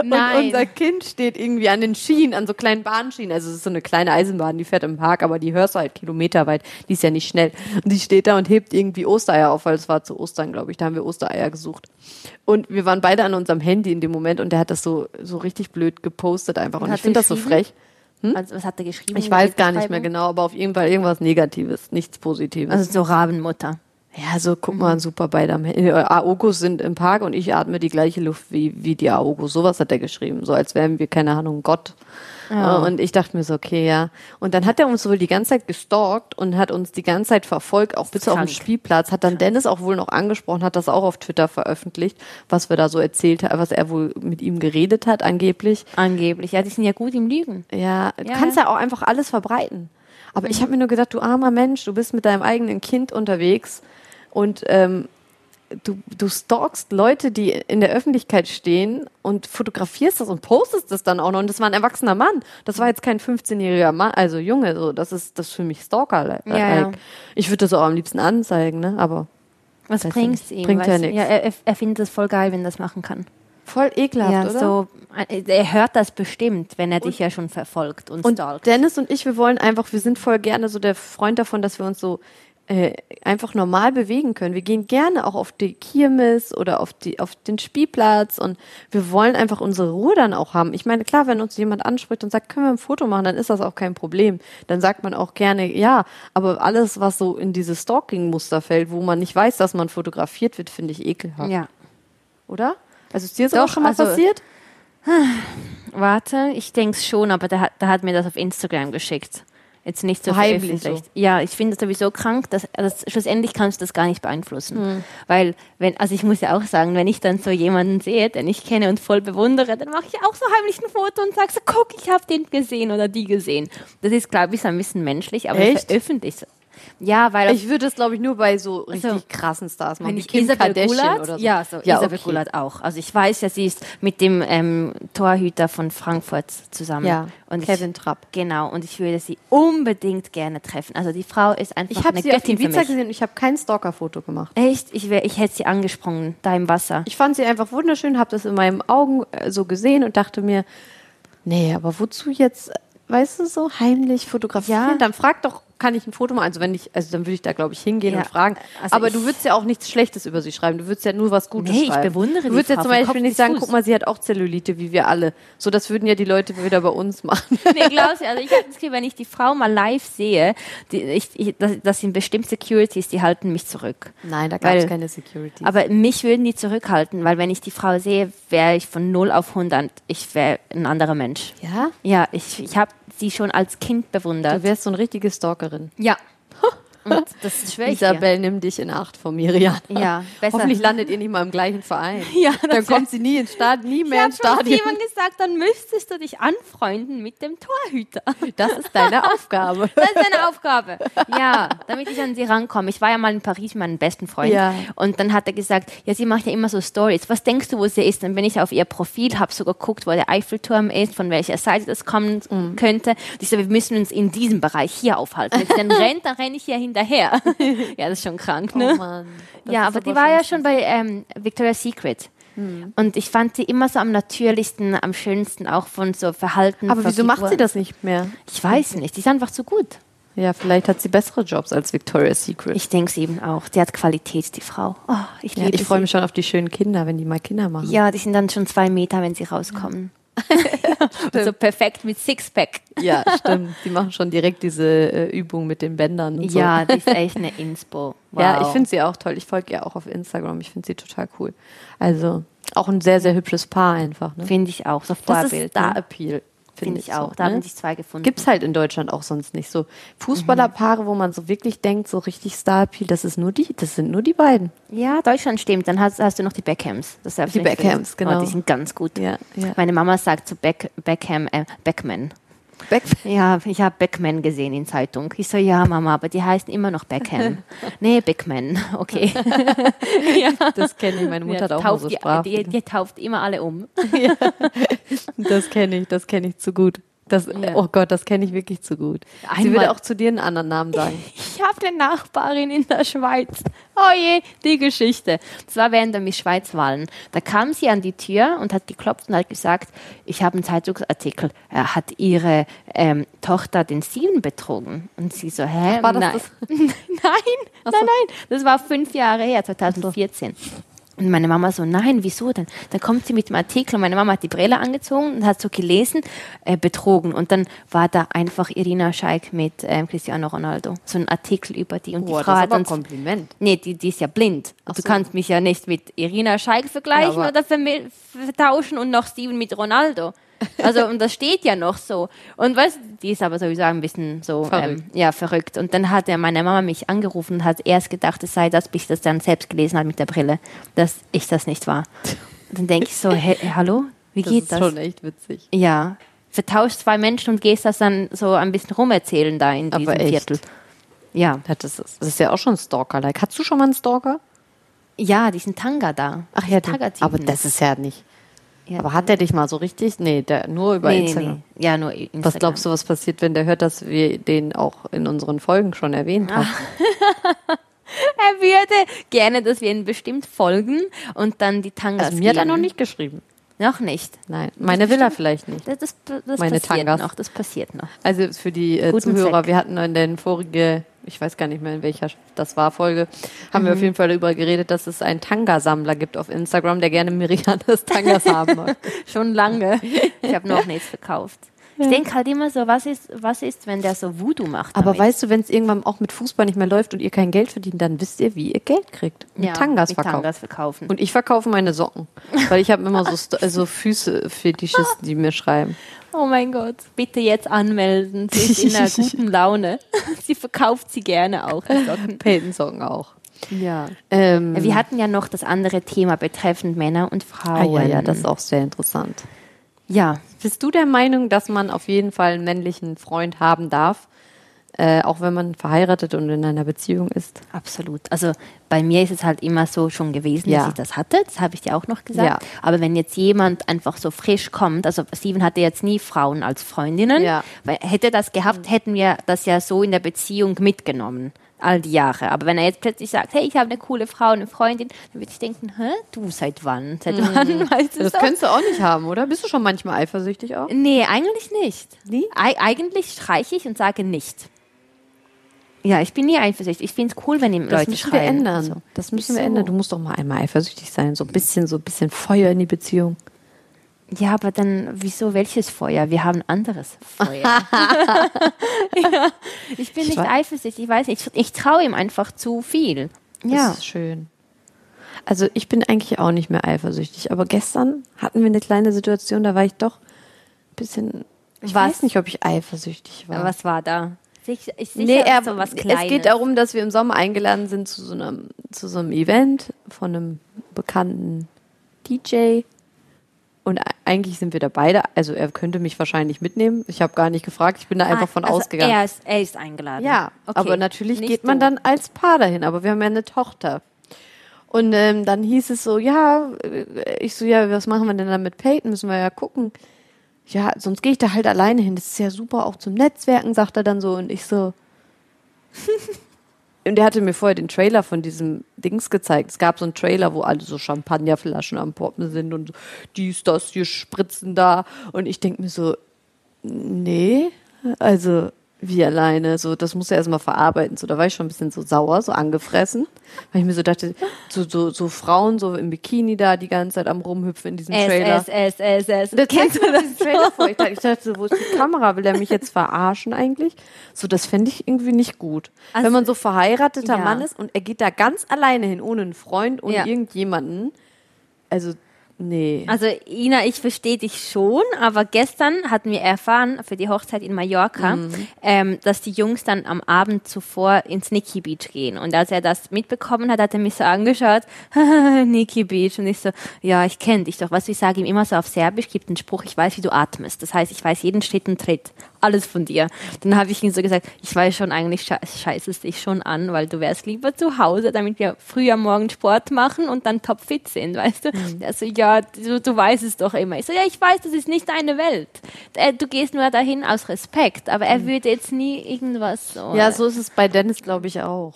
Speaker 1: Und unser Kind steht irgendwie an den Schienen, an so kleinen Bahnschienen. Also es ist so eine kleine Eisenbahn, die fährt im Park, aber die hörst du halt kilometerweit. Die ist ja nicht schnell. Und die steht da und hebt irgendwie Ostereier auf, weil es war zu Ostern, glaube ich. Da haben wir Ostereier gesucht. Und wir waren beide an unserem Handy in dem Moment und der hat das so, so richtig blöd gepostet einfach. Und,
Speaker 3: hat
Speaker 1: ich finde
Speaker 3: er
Speaker 1: das so
Speaker 3: geschrieben?
Speaker 1: frech.
Speaker 3: also, was hat er geschrieben?
Speaker 1: Ich weiß gar nicht mehr
Speaker 3: Beschreibung?
Speaker 1: genau, aber auf jeden Fall irgendwas Negatives, nichts Positives.
Speaker 3: Also so Rabenmutter.
Speaker 1: ja, so guck
Speaker 3: Mhm.
Speaker 1: mal, super beide am Handy. Äh, Aogos sind im Park und ich atme die gleiche Luft wie, wie die Aogos. Sowas hat er geschrieben. So als wären wir, keine Ahnung, Gott. Äh, Und ich dachte mir so, okay, ja. Und dann hat er uns wohl die ganze Zeit gestalkt und hat uns die ganze Zeit verfolgt, auch bis auf den
Speaker 3: krank.
Speaker 1: Spielplatz. Hat dann Dennis auch wohl noch angesprochen, hat das auch auf Twitter veröffentlicht, was wir da so erzählt haben, was er wohl mit ihm geredet hat, angeblich.
Speaker 3: Angeblich. Ja, die sind ja gut im Lügen.
Speaker 1: Ja, du
Speaker 3: Ja, Mhm.
Speaker 1: kannst ja auch einfach alles verbreiten. Aber ich habe mir nur gedacht, du armer Mensch, du bist mit deinem eigenen Kind unterwegs und ähm, du, du stalkst Leute, die in der Öffentlichkeit stehen und fotografierst das und postest das dann auch noch. Und das war ein erwachsener Mann. Das war jetzt kein 15-jähriger Mann, also Junge, so. Das ist das ist für mich Stalker.
Speaker 3: Ja, ja.
Speaker 1: Ich würde das auch am liebsten anzeigen, ne? Aber
Speaker 3: Was
Speaker 1: Weiß
Speaker 3: bringst
Speaker 1: nicht.
Speaker 3: ihm?
Speaker 1: Bringt ja
Speaker 3: weißt du?
Speaker 1: nichts.
Speaker 3: Ja, er, er- er findet es voll geil, wenn er das machen kann.
Speaker 1: voll ekelhaft,
Speaker 3: ja,
Speaker 1: oder?
Speaker 3: so. äh, Er hört das bestimmt, wenn er dich ja schon verfolgt und,
Speaker 1: Und
Speaker 3: stalkt.
Speaker 1: Dennis und ich, wir wollen einfach, wir sind voll gerne so der Freund davon, dass wir uns so äh, einfach normal bewegen können. Wir gehen gerne auch auf die Kirmes oder auf, die, auf den Spielplatz und wir wollen einfach unsere Ruhe dann auch haben. Ich meine, klar, wenn uns jemand anspricht und sagt, können wir ein Foto machen, dann ist das auch kein Problem. Dann sagt man auch gerne ja. Aber alles, was so in dieses Stalking-Muster fällt, wo man nicht weiß, dass man fotografiert wird, finde ich ekelhaft.
Speaker 3: Ja.
Speaker 1: Oder? Also ist dir das
Speaker 3: Doch,
Speaker 1: auch schon mal
Speaker 3: also-
Speaker 1: passiert?
Speaker 3: Warte, ich denke schon, aber der hat, der hat mir das auf Instagram geschickt. Jetzt nicht so
Speaker 1: Heimlich
Speaker 3: veröffentlicht. Ja, ich finde das sowieso krank, dass, dass schlussendlich kannst du das gar nicht beeinflussen.
Speaker 1: Hm.
Speaker 3: Weil, wenn, also ich muss ja auch sagen, wenn ich dann so jemanden sehe, den ich kenne und voll bewundere, dann mache ich auch so heimlich ein Foto und sage so, guck, ich habe den gesehen oder die gesehen. Das ist, glaube ich, so ein bisschen menschlich, aber ich
Speaker 1: Echt?
Speaker 3: veröffentliche Ja, weil
Speaker 1: Ich würde es, glaube ich, nur bei so richtig
Speaker 3: So.
Speaker 1: krassen Stars machen.
Speaker 3: wenn
Speaker 1: wie
Speaker 3: ich Isabel Gulat,
Speaker 1: oder so.
Speaker 3: ja, so Isabel Gulat auch. Also ich weiß ja, sie ist mit dem ähm, Torhüter von Frankfurt zusammen.
Speaker 1: Ja,
Speaker 3: und
Speaker 1: Kevin
Speaker 3: ich,
Speaker 1: Trapp.
Speaker 3: Genau, und ich würde sie unbedingt gerne treffen. Also die Frau ist einfach
Speaker 1: Ich habe
Speaker 3: eine
Speaker 1: sie auf
Speaker 3: Göttin für
Speaker 1: Ibiza
Speaker 3: mich.
Speaker 1: gesehen und ich habe kein Stalker-Foto gemacht.
Speaker 3: Echt, ich, wär, ich hätte sie angesprungen, da im Wasser.
Speaker 1: Ich fand sie einfach wunderschön, habe das in meinen Augen äh, so gesehen und dachte mir, nee, aber wozu jetzt, äh, weißt du, so heimlich fotografieren?
Speaker 3: Ja.
Speaker 1: Dann frag doch, kann ich ein Foto machen? Also wenn ich, also dann würde ich da, glaube ich, hingehen
Speaker 3: Ja.
Speaker 1: und fragen.
Speaker 3: Also
Speaker 1: aber
Speaker 3: ich-
Speaker 1: du würdest ja auch nichts Schlechtes über sie schreiben. Du würdest ja nur was Gutes
Speaker 3: Nee, ich
Speaker 1: schreiben.
Speaker 3: bewundere
Speaker 1: Du
Speaker 3: die
Speaker 1: würdest ja
Speaker 3: Frau
Speaker 1: zum
Speaker 3: von
Speaker 1: Beispiel
Speaker 3: Kopf
Speaker 1: nicht
Speaker 3: bis
Speaker 1: sagen,
Speaker 3: Fuß.
Speaker 1: guck mal, sie hat auch Zellulite, wie wir alle. So, das würden ja die Leute wieder bei uns machen.
Speaker 3: Nee, glaubst du, also ich habe das Gefühl, wenn ich die Frau mal live sehe, die, ich, ich, das, das sind bestimmt Securities, die halten mich zurück.
Speaker 1: Nein, da
Speaker 3: gab's
Speaker 1: keine Security.
Speaker 3: Aber mich würden die zurückhalten, weil wenn ich die Frau sehe, wäre ich von 0 auf 100, ich wäre ein anderer Mensch.
Speaker 1: ja?
Speaker 3: Ja, ich, ich habe sie schon als Kind
Speaker 1: Du
Speaker 3: bewundert.
Speaker 1: wärst so eine richtige Stalkerin.
Speaker 3: Ja. Und das schwöre ich dir.
Speaker 1: Isabel, nimm dich in Acht von Miriam.
Speaker 3: Ja, besser.
Speaker 1: Hoffentlich landet ihr nicht mal im gleichen Verein.
Speaker 3: Ja,
Speaker 1: Dann kommt sie nie ins Stadion, nie mehr ins
Speaker 3: Ich habe
Speaker 1: Stadion.
Speaker 3: jemand gesagt, dann müsstest du dich anfreunden mit dem Torhüter.
Speaker 1: Das ist deine Aufgabe.
Speaker 3: Das ist deine Aufgabe. Ja, damit ich an sie rankomme. Ich war ja mal in Paris mit meinem besten Freund.
Speaker 1: Ja.
Speaker 3: Und dann hat er gesagt, ja, sie macht ja immer so Stories. Was denkst du, wo sie ist? Dann bin ich auf ihr Profil, habe so geguckt, wo der Eiffelturm ist, von welcher Seite das kommen
Speaker 1: Mhm.
Speaker 3: könnte. Und ich so, wir müssen uns in diesem Bereich hier aufhalten. Wenn sie dann rennt, dann renne ich hier hinterher. ja, das ist schon krank,
Speaker 1: Oh
Speaker 3: ne? ja, aber die war ja schon Hm. bei ähm, Victoria's Secret. Und ich fand sie immer so am natürlichsten, am schönsten, auch von so Verhalten.
Speaker 1: Aber
Speaker 3: von
Speaker 1: wieso macht
Speaker 3: Figur.
Speaker 1: sie das nicht mehr?
Speaker 3: Ich weiß nicht, die ist einfach zu gut.
Speaker 1: Ja, vielleicht hat sie bessere Jobs als Victoria's Secret.
Speaker 3: Ich denke es eben auch. Die hat Qualität, die Frau. Oh, ich
Speaker 1: ja,
Speaker 3: liebe
Speaker 1: ich freue
Speaker 3: sie.
Speaker 1: mich schon auf die schönen Kinder, wenn die mal Kinder machen.
Speaker 3: Ja, die sind dann schon zwei Meter, wenn sie rauskommen. Und so perfekt mit Sixpack.
Speaker 1: Ja, stimmt. Die machen schon direkt diese äh, Übung mit den Bändern und so.
Speaker 3: Ja, die ist echt eine Inspo. Wow.
Speaker 1: Ja, ich finde sie auch toll. Ich folge ihr auch auf Instagram. Ich finde sie total cool. Also auch ein sehr, sehr hübsches Paar einfach. Ne?
Speaker 3: Finde ich auch. So
Speaker 1: Das
Speaker 3: Vorbild.
Speaker 1: ist Star-Appeal,
Speaker 3: ne?
Speaker 1: finde
Speaker 3: Finde ich auch.
Speaker 1: So,
Speaker 3: Da
Speaker 1: ne?
Speaker 3: haben sich zwei gefunden.
Speaker 1: Gibt es halt in Deutschland auch sonst nicht so. Fußballerpaare, wo man so wirklich denkt, so richtig Star-Appeal, das, ist nur die, das sind nur die beiden.
Speaker 3: ja, Deutschland stimmt. Dann hast, hast du noch die Beckhams. Das darfst du
Speaker 1: Die
Speaker 3: nicht
Speaker 1: Beckhams,
Speaker 3: vergessen.
Speaker 1: genau.
Speaker 3: Oh, die sind ganz gut.
Speaker 1: Ja, ja.
Speaker 3: Meine Mama sagt zu Beck, Beckham, äh, Beckman. Ja, ich habe Beckman gesehen in Zeitung. Ich so, ja, Mama, aber die heißen immer noch Beckham. nee, Beckman. Okay.
Speaker 1: Das kenne ich, meine Mutter
Speaker 3: Ja,
Speaker 1: hat auch nur
Speaker 3: tauft
Speaker 1: so
Speaker 3: die-
Speaker 1: Sprache.
Speaker 3: die, die tauft immer alle um.
Speaker 1: Das kenne ich, das kenne ich zu gut. Das,
Speaker 3: Ja.
Speaker 1: Oh Gott, das kenne ich wirklich zu gut. Sie
Speaker 3: Einmal-
Speaker 1: würde auch zu dir einen anderen Namen sagen.
Speaker 3: Ich habe eine Nachbarin in der Schweiz. Oh je, die Geschichte. Das war während der Schweizwahlen. Da kam sie an die Tür und hat geklopft und hat gesagt, ich habe einen Zeitungsartikel. Er hat ihre ähm, Tochter den Steven betrogen. Und sie so, hä?
Speaker 1: War das
Speaker 3: nein.
Speaker 1: das?
Speaker 3: nein, nein, nein. Das war fünf Jahre her, 2014. Und meine Mama so, nein, wieso denn? Dann kommt sie mit dem Artikel und meine Mama hat die Brille angezogen und hat so gelesen, äh, betrogen. Und dann war da einfach Irina Scheik mit ähm, Cristiano Ronaldo. So ein Artikel über die. Und die Frau hat uns...
Speaker 1: Kompliment.
Speaker 3: Nee, die, die ist ja blind. du
Speaker 1: so.
Speaker 3: kannst mich ja nicht mit Irina Scheik vergleichen
Speaker 1: Ja, aber-
Speaker 3: oder vermi- vertauschen und noch Steven mit Ronaldo. Also, und das steht ja noch so. Und was, die ist aber sowieso ein bisschen so,
Speaker 1: Verrückt.
Speaker 3: Ähm, ja, verrückt. Und dann hat ja meine Mama mich angerufen und hat erst gedacht, es sei das, bis ich das dann selbst gelesen habe mit der Brille, dass ich das nicht war. Und dann denke ich so, hä, äh, hallo, wie
Speaker 1: Das
Speaker 3: geht
Speaker 1: ist
Speaker 3: das?
Speaker 1: schon echt witzig.
Speaker 3: Ja. Vertauschst zwei Menschen und gehst das dann so ein bisschen rumerzählen da in diesem
Speaker 1: Aber echt.
Speaker 3: Viertel. Ja.
Speaker 1: Ja, Das ist, das ist ja auch schon Stalker-like. Hast du schon mal einen Stalker?
Speaker 3: Ja, diesen Tanga da. Diesen
Speaker 1: den-
Speaker 3: Tanga-Typen.
Speaker 1: aber das ist ja nicht.
Speaker 3: Ja.
Speaker 1: Aber hat er dich mal so richtig? Nee, der, nur über
Speaker 3: Nee, nee,
Speaker 1: Instagram.
Speaker 3: nee. Ja, nur Instagram.
Speaker 1: Was glaubst du, was passiert, wenn der hört, dass wir den auch in unseren Folgen schon erwähnt haben?
Speaker 3: Er würde gerne, dass wir ihn bestimmt folgen und dann die Tangas
Speaker 1: also mir hat
Speaker 3: geben.
Speaker 1: er noch nicht geschrieben.
Speaker 3: Noch nicht.
Speaker 1: Nein, meine will er vielleicht nicht.
Speaker 3: Das, das, das
Speaker 1: Meine
Speaker 3: passiert
Speaker 1: Tangas.
Speaker 3: noch. Das passiert noch.
Speaker 1: Also für die äh,
Speaker 3: Guten
Speaker 1: Zuhörer,
Speaker 3: Zweck.
Speaker 1: wir hatten in den vorigen, ich weiß gar nicht mehr in welcher das war, Folge, haben
Speaker 3: Mhm.
Speaker 1: wir auf jeden Fall darüber geredet, dass es einen Tanga-Sammler gibt auf Instagram, der gerne Mirianas Tangas haben mag.
Speaker 3: Schon lange. Ich habe noch nichts verkauft. Ich denke halt immer so, was ist, was ist, wenn der so Voodoo macht?
Speaker 1: Aber
Speaker 3: damit?
Speaker 1: weißt du, wenn es irgendwann auch mit Fußball nicht mehr läuft und ihr kein Geld verdient, dann wisst ihr, wie ihr Geld kriegt. Mit
Speaker 3: ja,
Speaker 1: Tangas
Speaker 3: mit
Speaker 1: verkauft.
Speaker 3: Tangas verkaufen.
Speaker 1: Und ich verkaufe meine Socken, weil ich habe immer so, Sto- äh, so Füße Fetischisten, die mir schreiben.
Speaker 3: oh mein Gott, bitte jetzt anmelden. Sie ist in einer guten Laune. Sie verkauft sie gerne auch. die Socken.
Speaker 1: Peltensocken auch.
Speaker 3: Ja.
Speaker 1: Ähm,
Speaker 3: Wir hatten ja noch das andere Thema betreffend Männer und
Speaker 1: ah,
Speaker 3: Frauen.
Speaker 1: ja, ja, das ist auch sehr interessant.
Speaker 3: ja.
Speaker 1: Bist du der Meinung, dass man auf jeden Fall einen männlichen Freund haben darf? äh, auch wenn man verheiratet und in einer Beziehung ist.
Speaker 3: Absolut. Also bei mir ist es halt immer so schon gewesen,
Speaker 1: Ja.
Speaker 3: dass ich das hatte. Das habe ich dir auch noch gesagt.
Speaker 1: Ja.
Speaker 3: Aber wenn jetzt jemand einfach so frisch kommt, also Steven hatte jetzt nie Frauen als Freundinnen,
Speaker 1: Ja.
Speaker 3: weil hätte er das gehabt, hätten wir das ja so in der Beziehung mitgenommen. All die Jahre. Aber wenn er jetzt plötzlich sagt, hey, ich habe eine coole Frau, eine Freundin, dann würde ich denken, hä, du seit wann? Seit wann? Weißt du
Speaker 1: Mhm. Das
Speaker 3: so?
Speaker 1: könntest du auch nicht haben, oder? Bist du schon manchmal eifersüchtig auch?
Speaker 3: Nee, eigentlich nicht.
Speaker 1: Nie?
Speaker 3: Ei- eigentlich streiche ich und sage nicht. Ja, ich bin nie eifersüchtig. Ich finde es cool, wenn ihm
Speaker 1: Das
Speaker 3: Leute
Speaker 1: müssen wir
Speaker 3: schreien.
Speaker 1: ändern.
Speaker 3: Also,
Speaker 1: Das müssen wir
Speaker 3: Wieso?
Speaker 1: ändern. Du musst doch mal einmal eifersüchtig sein. So ein bisschen, so ein bisschen Feuer in die Beziehung.
Speaker 3: Ja, aber dann, wieso welches Feuer? Wir haben anderes Feuer. ja, ich bin
Speaker 1: Ich
Speaker 3: nicht
Speaker 1: wei-
Speaker 3: eifersüchtig, ich weiß nicht. Ich, ich traue ihm einfach zu viel. Ja.
Speaker 1: Das ist schön. Also ich bin eigentlich auch nicht mehr eifersüchtig. Aber gestern hatten wir eine kleine Situation, da war ich doch ein bisschen... Ich
Speaker 3: Was?
Speaker 1: weiß nicht, ob ich eifersüchtig war.
Speaker 3: Was war da? Sich, ich sicher
Speaker 1: er-
Speaker 3: so was Kleines.
Speaker 1: es geht darum, dass wir im Sommer eingeladen sind zu so einem, zu so einem Event von einem bekannten DJ. Und e- eigentlich sind wir da beide. Also er könnte mich wahrscheinlich mitnehmen. Ich habe gar nicht gefragt. Ich bin da einfach
Speaker 3: Ah,
Speaker 1: von
Speaker 3: also
Speaker 1: ausgegangen.
Speaker 3: Er ist, er ist eingeladen.
Speaker 1: Ja,
Speaker 3: Okay.
Speaker 1: aber natürlich
Speaker 3: Nicht
Speaker 1: geht man
Speaker 3: du.
Speaker 1: dann als Paar dahin. Aber wir haben ja eine Tochter. Und ähm, dann hieß es so, ja, äh, ich so, ja, was machen wir denn dann mit Peyton? Müssen wir ja gucken. Ja, sonst gehe ich da halt alleine hin. Das ist ja super, auch zum Netzwerken, sagt er dann so. Und ich so. und er hatte mir vorher den Trailer von diesem Dings gezeigt. Es gab so einen Trailer, wo alle so Champagnerflaschen am Poppen sind und so, dies, das, hier spritzen da. Und ich denke mir so, nee, also wie alleine, so das muss er erstmal verarbeiten. So, da war ich schon ein bisschen so sauer, so angefressen, weil ich mir so dachte, so, so, so Frauen so im Bikini da die ganze Zeit am rumhüpfen in diesem
Speaker 3: S,
Speaker 1: Trailer.
Speaker 3: S, S, S, S.
Speaker 1: Der zeigt mir diesen Trailer vor. Ich dachte, ich dachte, so, wo ist die Kamera? Will er mich jetzt verarschen eigentlich? So, das fände ich irgendwie nicht gut.
Speaker 3: Also-
Speaker 1: Wenn man so verheirateter
Speaker 3: Ja.
Speaker 1: Mann ist und er geht da ganz alleine hin, ohne einen Freund, ohne
Speaker 3: Ja.
Speaker 1: irgendjemanden. Also, nee.
Speaker 3: Also Ina, ich verstehe dich schon, aber gestern hatten wir erfahren für die Hochzeit in Mallorca, ähm, dass die Jungs dann am Abend zuvor ins Nikki Beach gehen. Und als er das mitbekommen hat, hat er mich so angeschaut, Nikki Beach. Und ich so, ja, ich kenne dich doch. Was ich sage ihm immer so auf Serbisch, gibt einen Spruch, ich weiß, wie du atmest. Das heißt, ich weiß jeden Schritt und Tritt. Alles von dir. Dann habe ich ihm so gesagt, ich weiß schon eigentlich, sche- scheißest dich schon an, weil du wärst lieber zu Hause, damit wir früh am Morgen Sport machen und dann topfit sind, weißt du?
Speaker 1: Mhm.
Speaker 3: Der so, ja, du, du weißt es doch immer. Ich so, ja, ich weiß, das ist nicht deine Welt. Äh, Du gehst nur dahin aus Respekt, aber er würde jetzt nie irgendwas so.
Speaker 1: Mhm. Ja, so ist es bei Dennis, glaube ich, auch.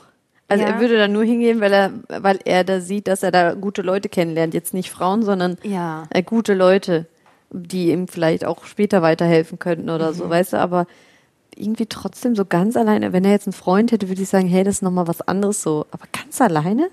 Speaker 1: Also
Speaker 3: Ja.
Speaker 1: er würde da nur hingehen, weil er, weil er da sieht, dass er da gute Leute kennenlernt. Jetzt nicht Frauen, sondern
Speaker 3: Ja.
Speaker 1: äh, gute Leute, die ihm vielleicht auch später weiterhelfen könnten oder
Speaker 3: Mhm.
Speaker 1: so, weißt du, aber irgendwie trotzdem so ganz alleine. Wenn er jetzt einen Freund hätte, würde ich sagen, hey, das ist nochmal was anderes so. Aber ganz alleine?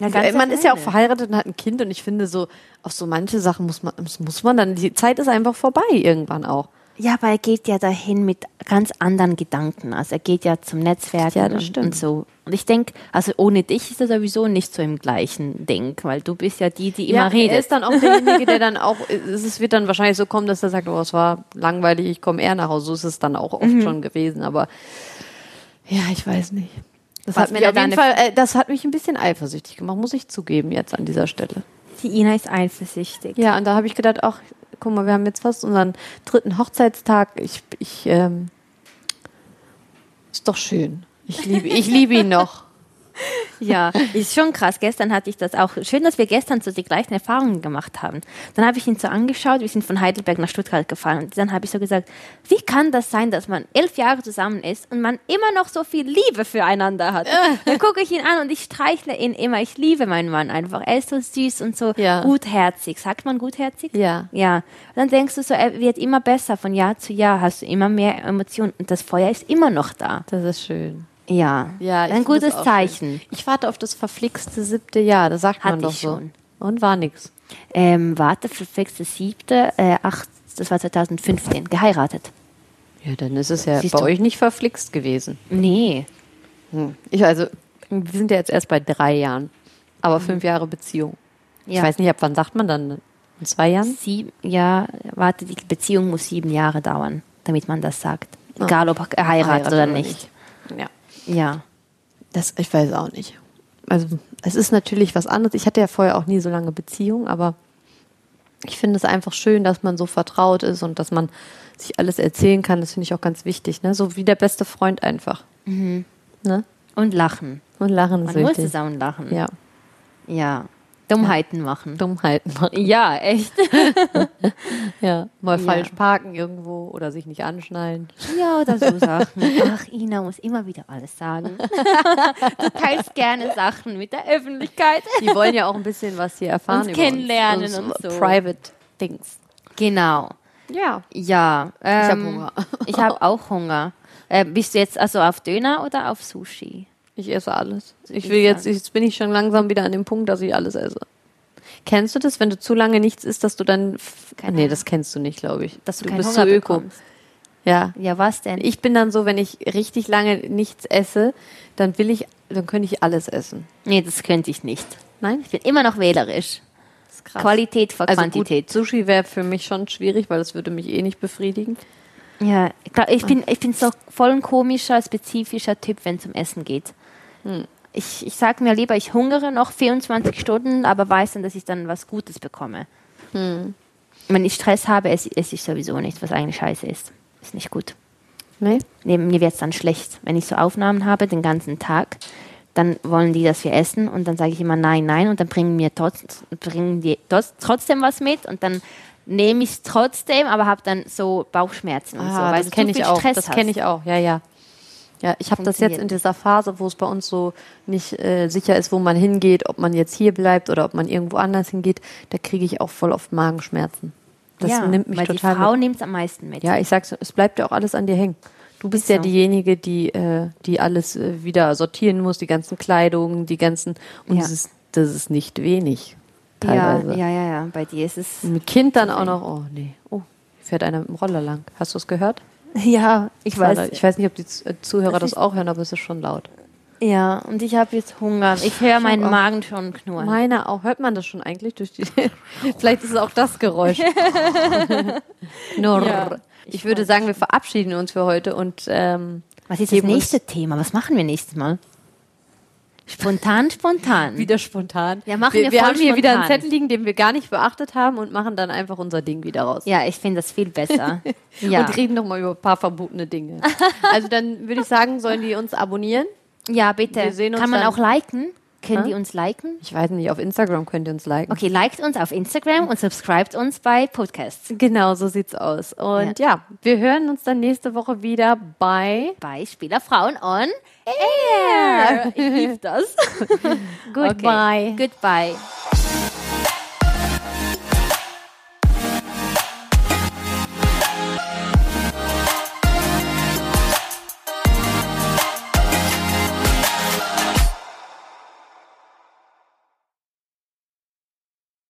Speaker 3: Ja,
Speaker 1: Also,
Speaker 3: ganz
Speaker 1: ey, man ist ja auch
Speaker 3: alleine.
Speaker 1: verheiratet und hat ein Kind und ich finde so, auf so manche Sachen muss man, das muss man dann, die Zeit ist einfach vorbei irgendwann auch.
Speaker 3: Ja, aber er geht ja dahin mit ganz anderen Gedanken. Also er geht ja zum Netzwerk
Speaker 1: Ja, das
Speaker 3: und,
Speaker 1: stimmt.
Speaker 3: und so. Und ich denke, also ohne dich ist er sowieso nicht so im gleichen Ding, weil du bist ja die, die immer redet.
Speaker 1: Er ist dann auch derjenige, der dann auch, es ist- wird dann wahrscheinlich so kommen, dass er sagt, oh, es war langweilig, ich komme eher nach Hause. So ist es dann auch oft schon gewesen, aber ja, ich weiß nicht. Das
Speaker 3: Was
Speaker 1: hat, mich
Speaker 3: wäre
Speaker 1: auf jeden
Speaker 3: deine-
Speaker 1: Fall, äh, das hat mich ein bisschen eifersüchtig gemacht, muss ich zugeben jetzt an dieser Stelle.
Speaker 3: die Ina ist eifersüchtig.
Speaker 1: Ja, und da habe ich gedacht, ach, guck mal, wir haben jetzt fast unseren dritten Hochzeitstag. Ich, ich, ähm, ist doch schön. Ich liebe, ich liebe ihn noch.
Speaker 3: Ja, ist schon krass. Gestern hatte ich das auch. Schön, dass wir gestern so die gleichen Erfahrungen gemacht haben. Dann habe ich ihn so angeschaut. Wir sind von Heidelberg nach Stuttgart gefahren. Und dann habe ich so gesagt, wie kann das sein, dass man elf Jahre zusammen ist und man immer noch so viel Liebe füreinander hat? Dann gucke ich ihn an und ich streichle ihn immer. Ich liebe meinen Mann einfach. Er ist so süß und so
Speaker 1: Ja.
Speaker 3: gutherzig. Sagt man gutherzig?
Speaker 1: Ja.
Speaker 3: Ja. Und dann denkst du so, er wird immer besser. Von Jahr zu Jahr hast du immer mehr Emotionen und das Feuer ist immer noch da.
Speaker 1: Das ist schön.
Speaker 3: Ja.
Speaker 1: Ja, ich
Speaker 3: Ein
Speaker 1: find das
Speaker 3: gutes
Speaker 1: auch Schön.
Speaker 3: Zeichen.
Speaker 1: Ich warte auf das verflixte siebte Jahr, das sagt
Speaker 3: Hatte
Speaker 1: man doch
Speaker 3: ich
Speaker 1: so.
Speaker 3: schon.
Speaker 1: Und war nix.
Speaker 3: Ähm, warte, verflixte siebte, äh, acht, das war 2015, geheiratet.
Speaker 1: Ja, dann ist es ja
Speaker 3: Siehst
Speaker 1: bei
Speaker 3: du.
Speaker 1: euch nicht verflixt gewesen.
Speaker 3: Nee.
Speaker 1: Ich also, wir sind ja jetzt erst bei drei Jahren, aber fünf Jahre Beziehung.
Speaker 3: Ja.
Speaker 1: Ich weiß nicht, ab wann sagt man dann? In zwei Jahren?
Speaker 3: Sieben, ja, warte, die Beziehung muss sieben Jahre dauern, damit man das sagt. Egal, ob geheiratet oder nicht.
Speaker 1: Ja.
Speaker 3: Ja.
Speaker 1: Das, ich weiß auch nicht. Also, es ist natürlich was anderes. Ich hatte ja vorher auch nie so lange Beziehung, aber Ich finde es einfach schön, dass man so vertraut ist und dass man sich alles erzählen kann. Das finde ich auch ganz wichtig. Ne? So wie der beste Freund einfach. Ne?
Speaker 3: Und lachen.
Speaker 1: Und lachen ist
Speaker 3: Mhm. Man muss
Speaker 1: wichtig.
Speaker 3: zusammen lachen.
Speaker 1: Ja,
Speaker 3: Ja. Dummheiten machen.
Speaker 1: Dummheiten machen.
Speaker 3: Ja, echt.
Speaker 1: Ja, mal
Speaker 3: Ja.
Speaker 1: falsch parken irgendwo oder sich nicht anschnallen.
Speaker 3: Ja, oder so Sachen. Ach, Ina muss immer wieder alles sagen. du teilst gerne Sachen mit der Öffentlichkeit.
Speaker 1: Die wollen ja auch ein bisschen was hier erfahren.
Speaker 3: Uns
Speaker 1: über
Speaker 3: kennenlernen
Speaker 1: uns,
Speaker 3: und so.
Speaker 1: Private Dings.
Speaker 3: Genau.
Speaker 1: Ja.
Speaker 3: Ja. Ähm,
Speaker 1: hab Hunger.
Speaker 3: ich habe auch Hunger. Äh, bist du jetzt also auf Döner oder auf Sushi?
Speaker 1: Ich esse alles. Ich
Speaker 3: Ich
Speaker 1: will jetzt,
Speaker 3: sag-
Speaker 1: jetzt bin ich schon langsam wieder an dem Punkt, dass ich alles esse. Kennst du das, wenn du zu lange nichts isst, dass du dann. f-
Speaker 3: Keine
Speaker 1: nee,
Speaker 3: Ahnung.
Speaker 1: das kennst du nicht, glaube ich.
Speaker 3: Dass du,
Speaker 1: du
Speaker 3: keinen
Speaker 1: bist
Speaker 3: Hunger
Speaker 1: so öko.
Speaker 3: bekommst.
Speaker 1: Ja.
Speaker 3: Ja, was denn?
Speaker 1: Ich bin dann so, wenn ich richtig lange nichts esse, dann will ich, dann könnte ich alles essen.
Speaker 3: nee, das könnte ich nicht.
Speaker 1: Nein?
Speaker 3: Ich bin immer noch wählerisch.
Speaker 1: Das ist krass.
Speaker 3: Qualität vor
Speaker 1: also
Speaker 3: Quantität.
Speaker 1: Gut, Sushi wäre für mich schon schwierig, weil das würde mich eh nicht befriedigen.
Speaker 3: Ja, ich glaub, ich bin, ich bin so voll ein komischer, spezifischer Typ, wenn es um Essen geht. Hm. Ich, ich sage mir lieber, ich hungere noch 24 Stunden, aber weiß dann, dass ich dann was Gutes bekomme. Hm. Wenn ich Stress habe, esse, esse ich sowieso nicht, was eigentlich scheiße ist. Ist nicht gut.
Speaker 1: Nee?
Speaker 3: Nee, mir wird es dann schlecht. Wenn ich so Aufnahmen habe den ganzen Tag, dann wollen die, dass wir essen und dann sage ich immer nein, nein und dann bringen mir trotz, bringen die trotz, trotzdem was mit und dann nehme ich es trotzdem, aber habe dann so Bauchschmerzen und so,
Speaker 1: Ah,
Speaker 3: weil
Speaker 1: das kenne ich auch.
Speaker 3: Stress
Speaker 1: das kenne ich auch. Ja, ja. Ja, ich habe das jetzt
Speaker 3: Funktioniert
Speaker 1: in dieser Phase, wo es bei uns so nicht äh, sicher ist, wo man hingeht, ob man jetzt hier bleibt oder ob man irgendwo anders hingeht. Da kriege ich auch voll oft Magenschmerzen. Das
Speaker 3: ja,
Speaker 1: nimmt mich
Speaker 3: weil
Speaker 1: total.
Speaker 3: die Frau
Speaker 1: mit.
Speaker 3: nimmt es am meisten mit.
Speaker 1: Ja, ich sag's, es bleibt ja auch alles an dir hängen. Du bist
Speaker 3: Ist
Speaker 1: ja
Speaker 3: so.
Speaker 1: diejenige, die äh, die alles äh, wieder sortieren muss, die ganzen Kleidungen, die ganzen und
Speaker 3: Ja.
Speaker 1: das, ist, das ist nicht wenig
Speaker 3: ja,
Speaker 1: teilweise.
Speaker 3: ja, ja, ja, bei dir ist es
Speaker 1: Und mit Kind dann auch noch. Oh nee, oh, hier fährt einer mit dem Roller lang. Hast du es gehört?
Speaker 3: ja, ich
Speaker 1: Warte, ich weiß nicht, ob die Z- äh, Zuhörer das, auch hören, aber es ist schon laut.
Speaker 3: Ja, und ich habe jetzt Hunger. Ich höre meinen Magen schon knurren.
Speaker 1: Meiner auch. Hört man das schon eigentlich durch die. Vielleicht ist es auch das Geräusch. Knurr.
Speaker 3: Ja,
Speaker 1: ich, würde sagen, wir verabschieden uns für heute und ähm,
Speaker 3: Was ist das
Speaker 1: geben uns
Speaker 3: nächste Thema? Was machen wir nächstes Mal? Spontan, spontan.
Speaker 1: wieder spontan.
Speaker 3: Ja, machen
Speaker 1: wir
Speaker 3: wir
Speaker 1: wir
Speaker 3: voll
Speaker 1: haben hier wieder einen
Speaker 3: spontan.
Speaker 1: Zettel liegen, den wir gar nicht beachtet haben und machen dann einfach unser Ding wieder raus.
Speaker 3: Ja, ich finde das viel besser. ja.
Speaker 1: Und reden nochmal über ein paar verbotene Dinge. Also dann würde ich sagen, sollen die uns abonnieren?
Speaker 3: ja, bitte.
Speaker 1: Wir sehen uns
Speaker 3: Kann man
Speaker 1: dann-
Speaker 3: auch liken? Können die uns liken?
Speaker 1: Ich weiß nicht, auf Instagram könnt ihr uns liken.
Speaker 3: Okay, liked uns auf Instagram und subscribt uns bei Podcasts.
Speaker 1: Genau, so sieht's aus. Und ja. wir hören uns dann nächste Woche wieder bei
Speaker 3: Bei Spielerfrauen on Air. Ich liebe das.
Speaker 1: Goodbye.
Speaker 3: Goodbye.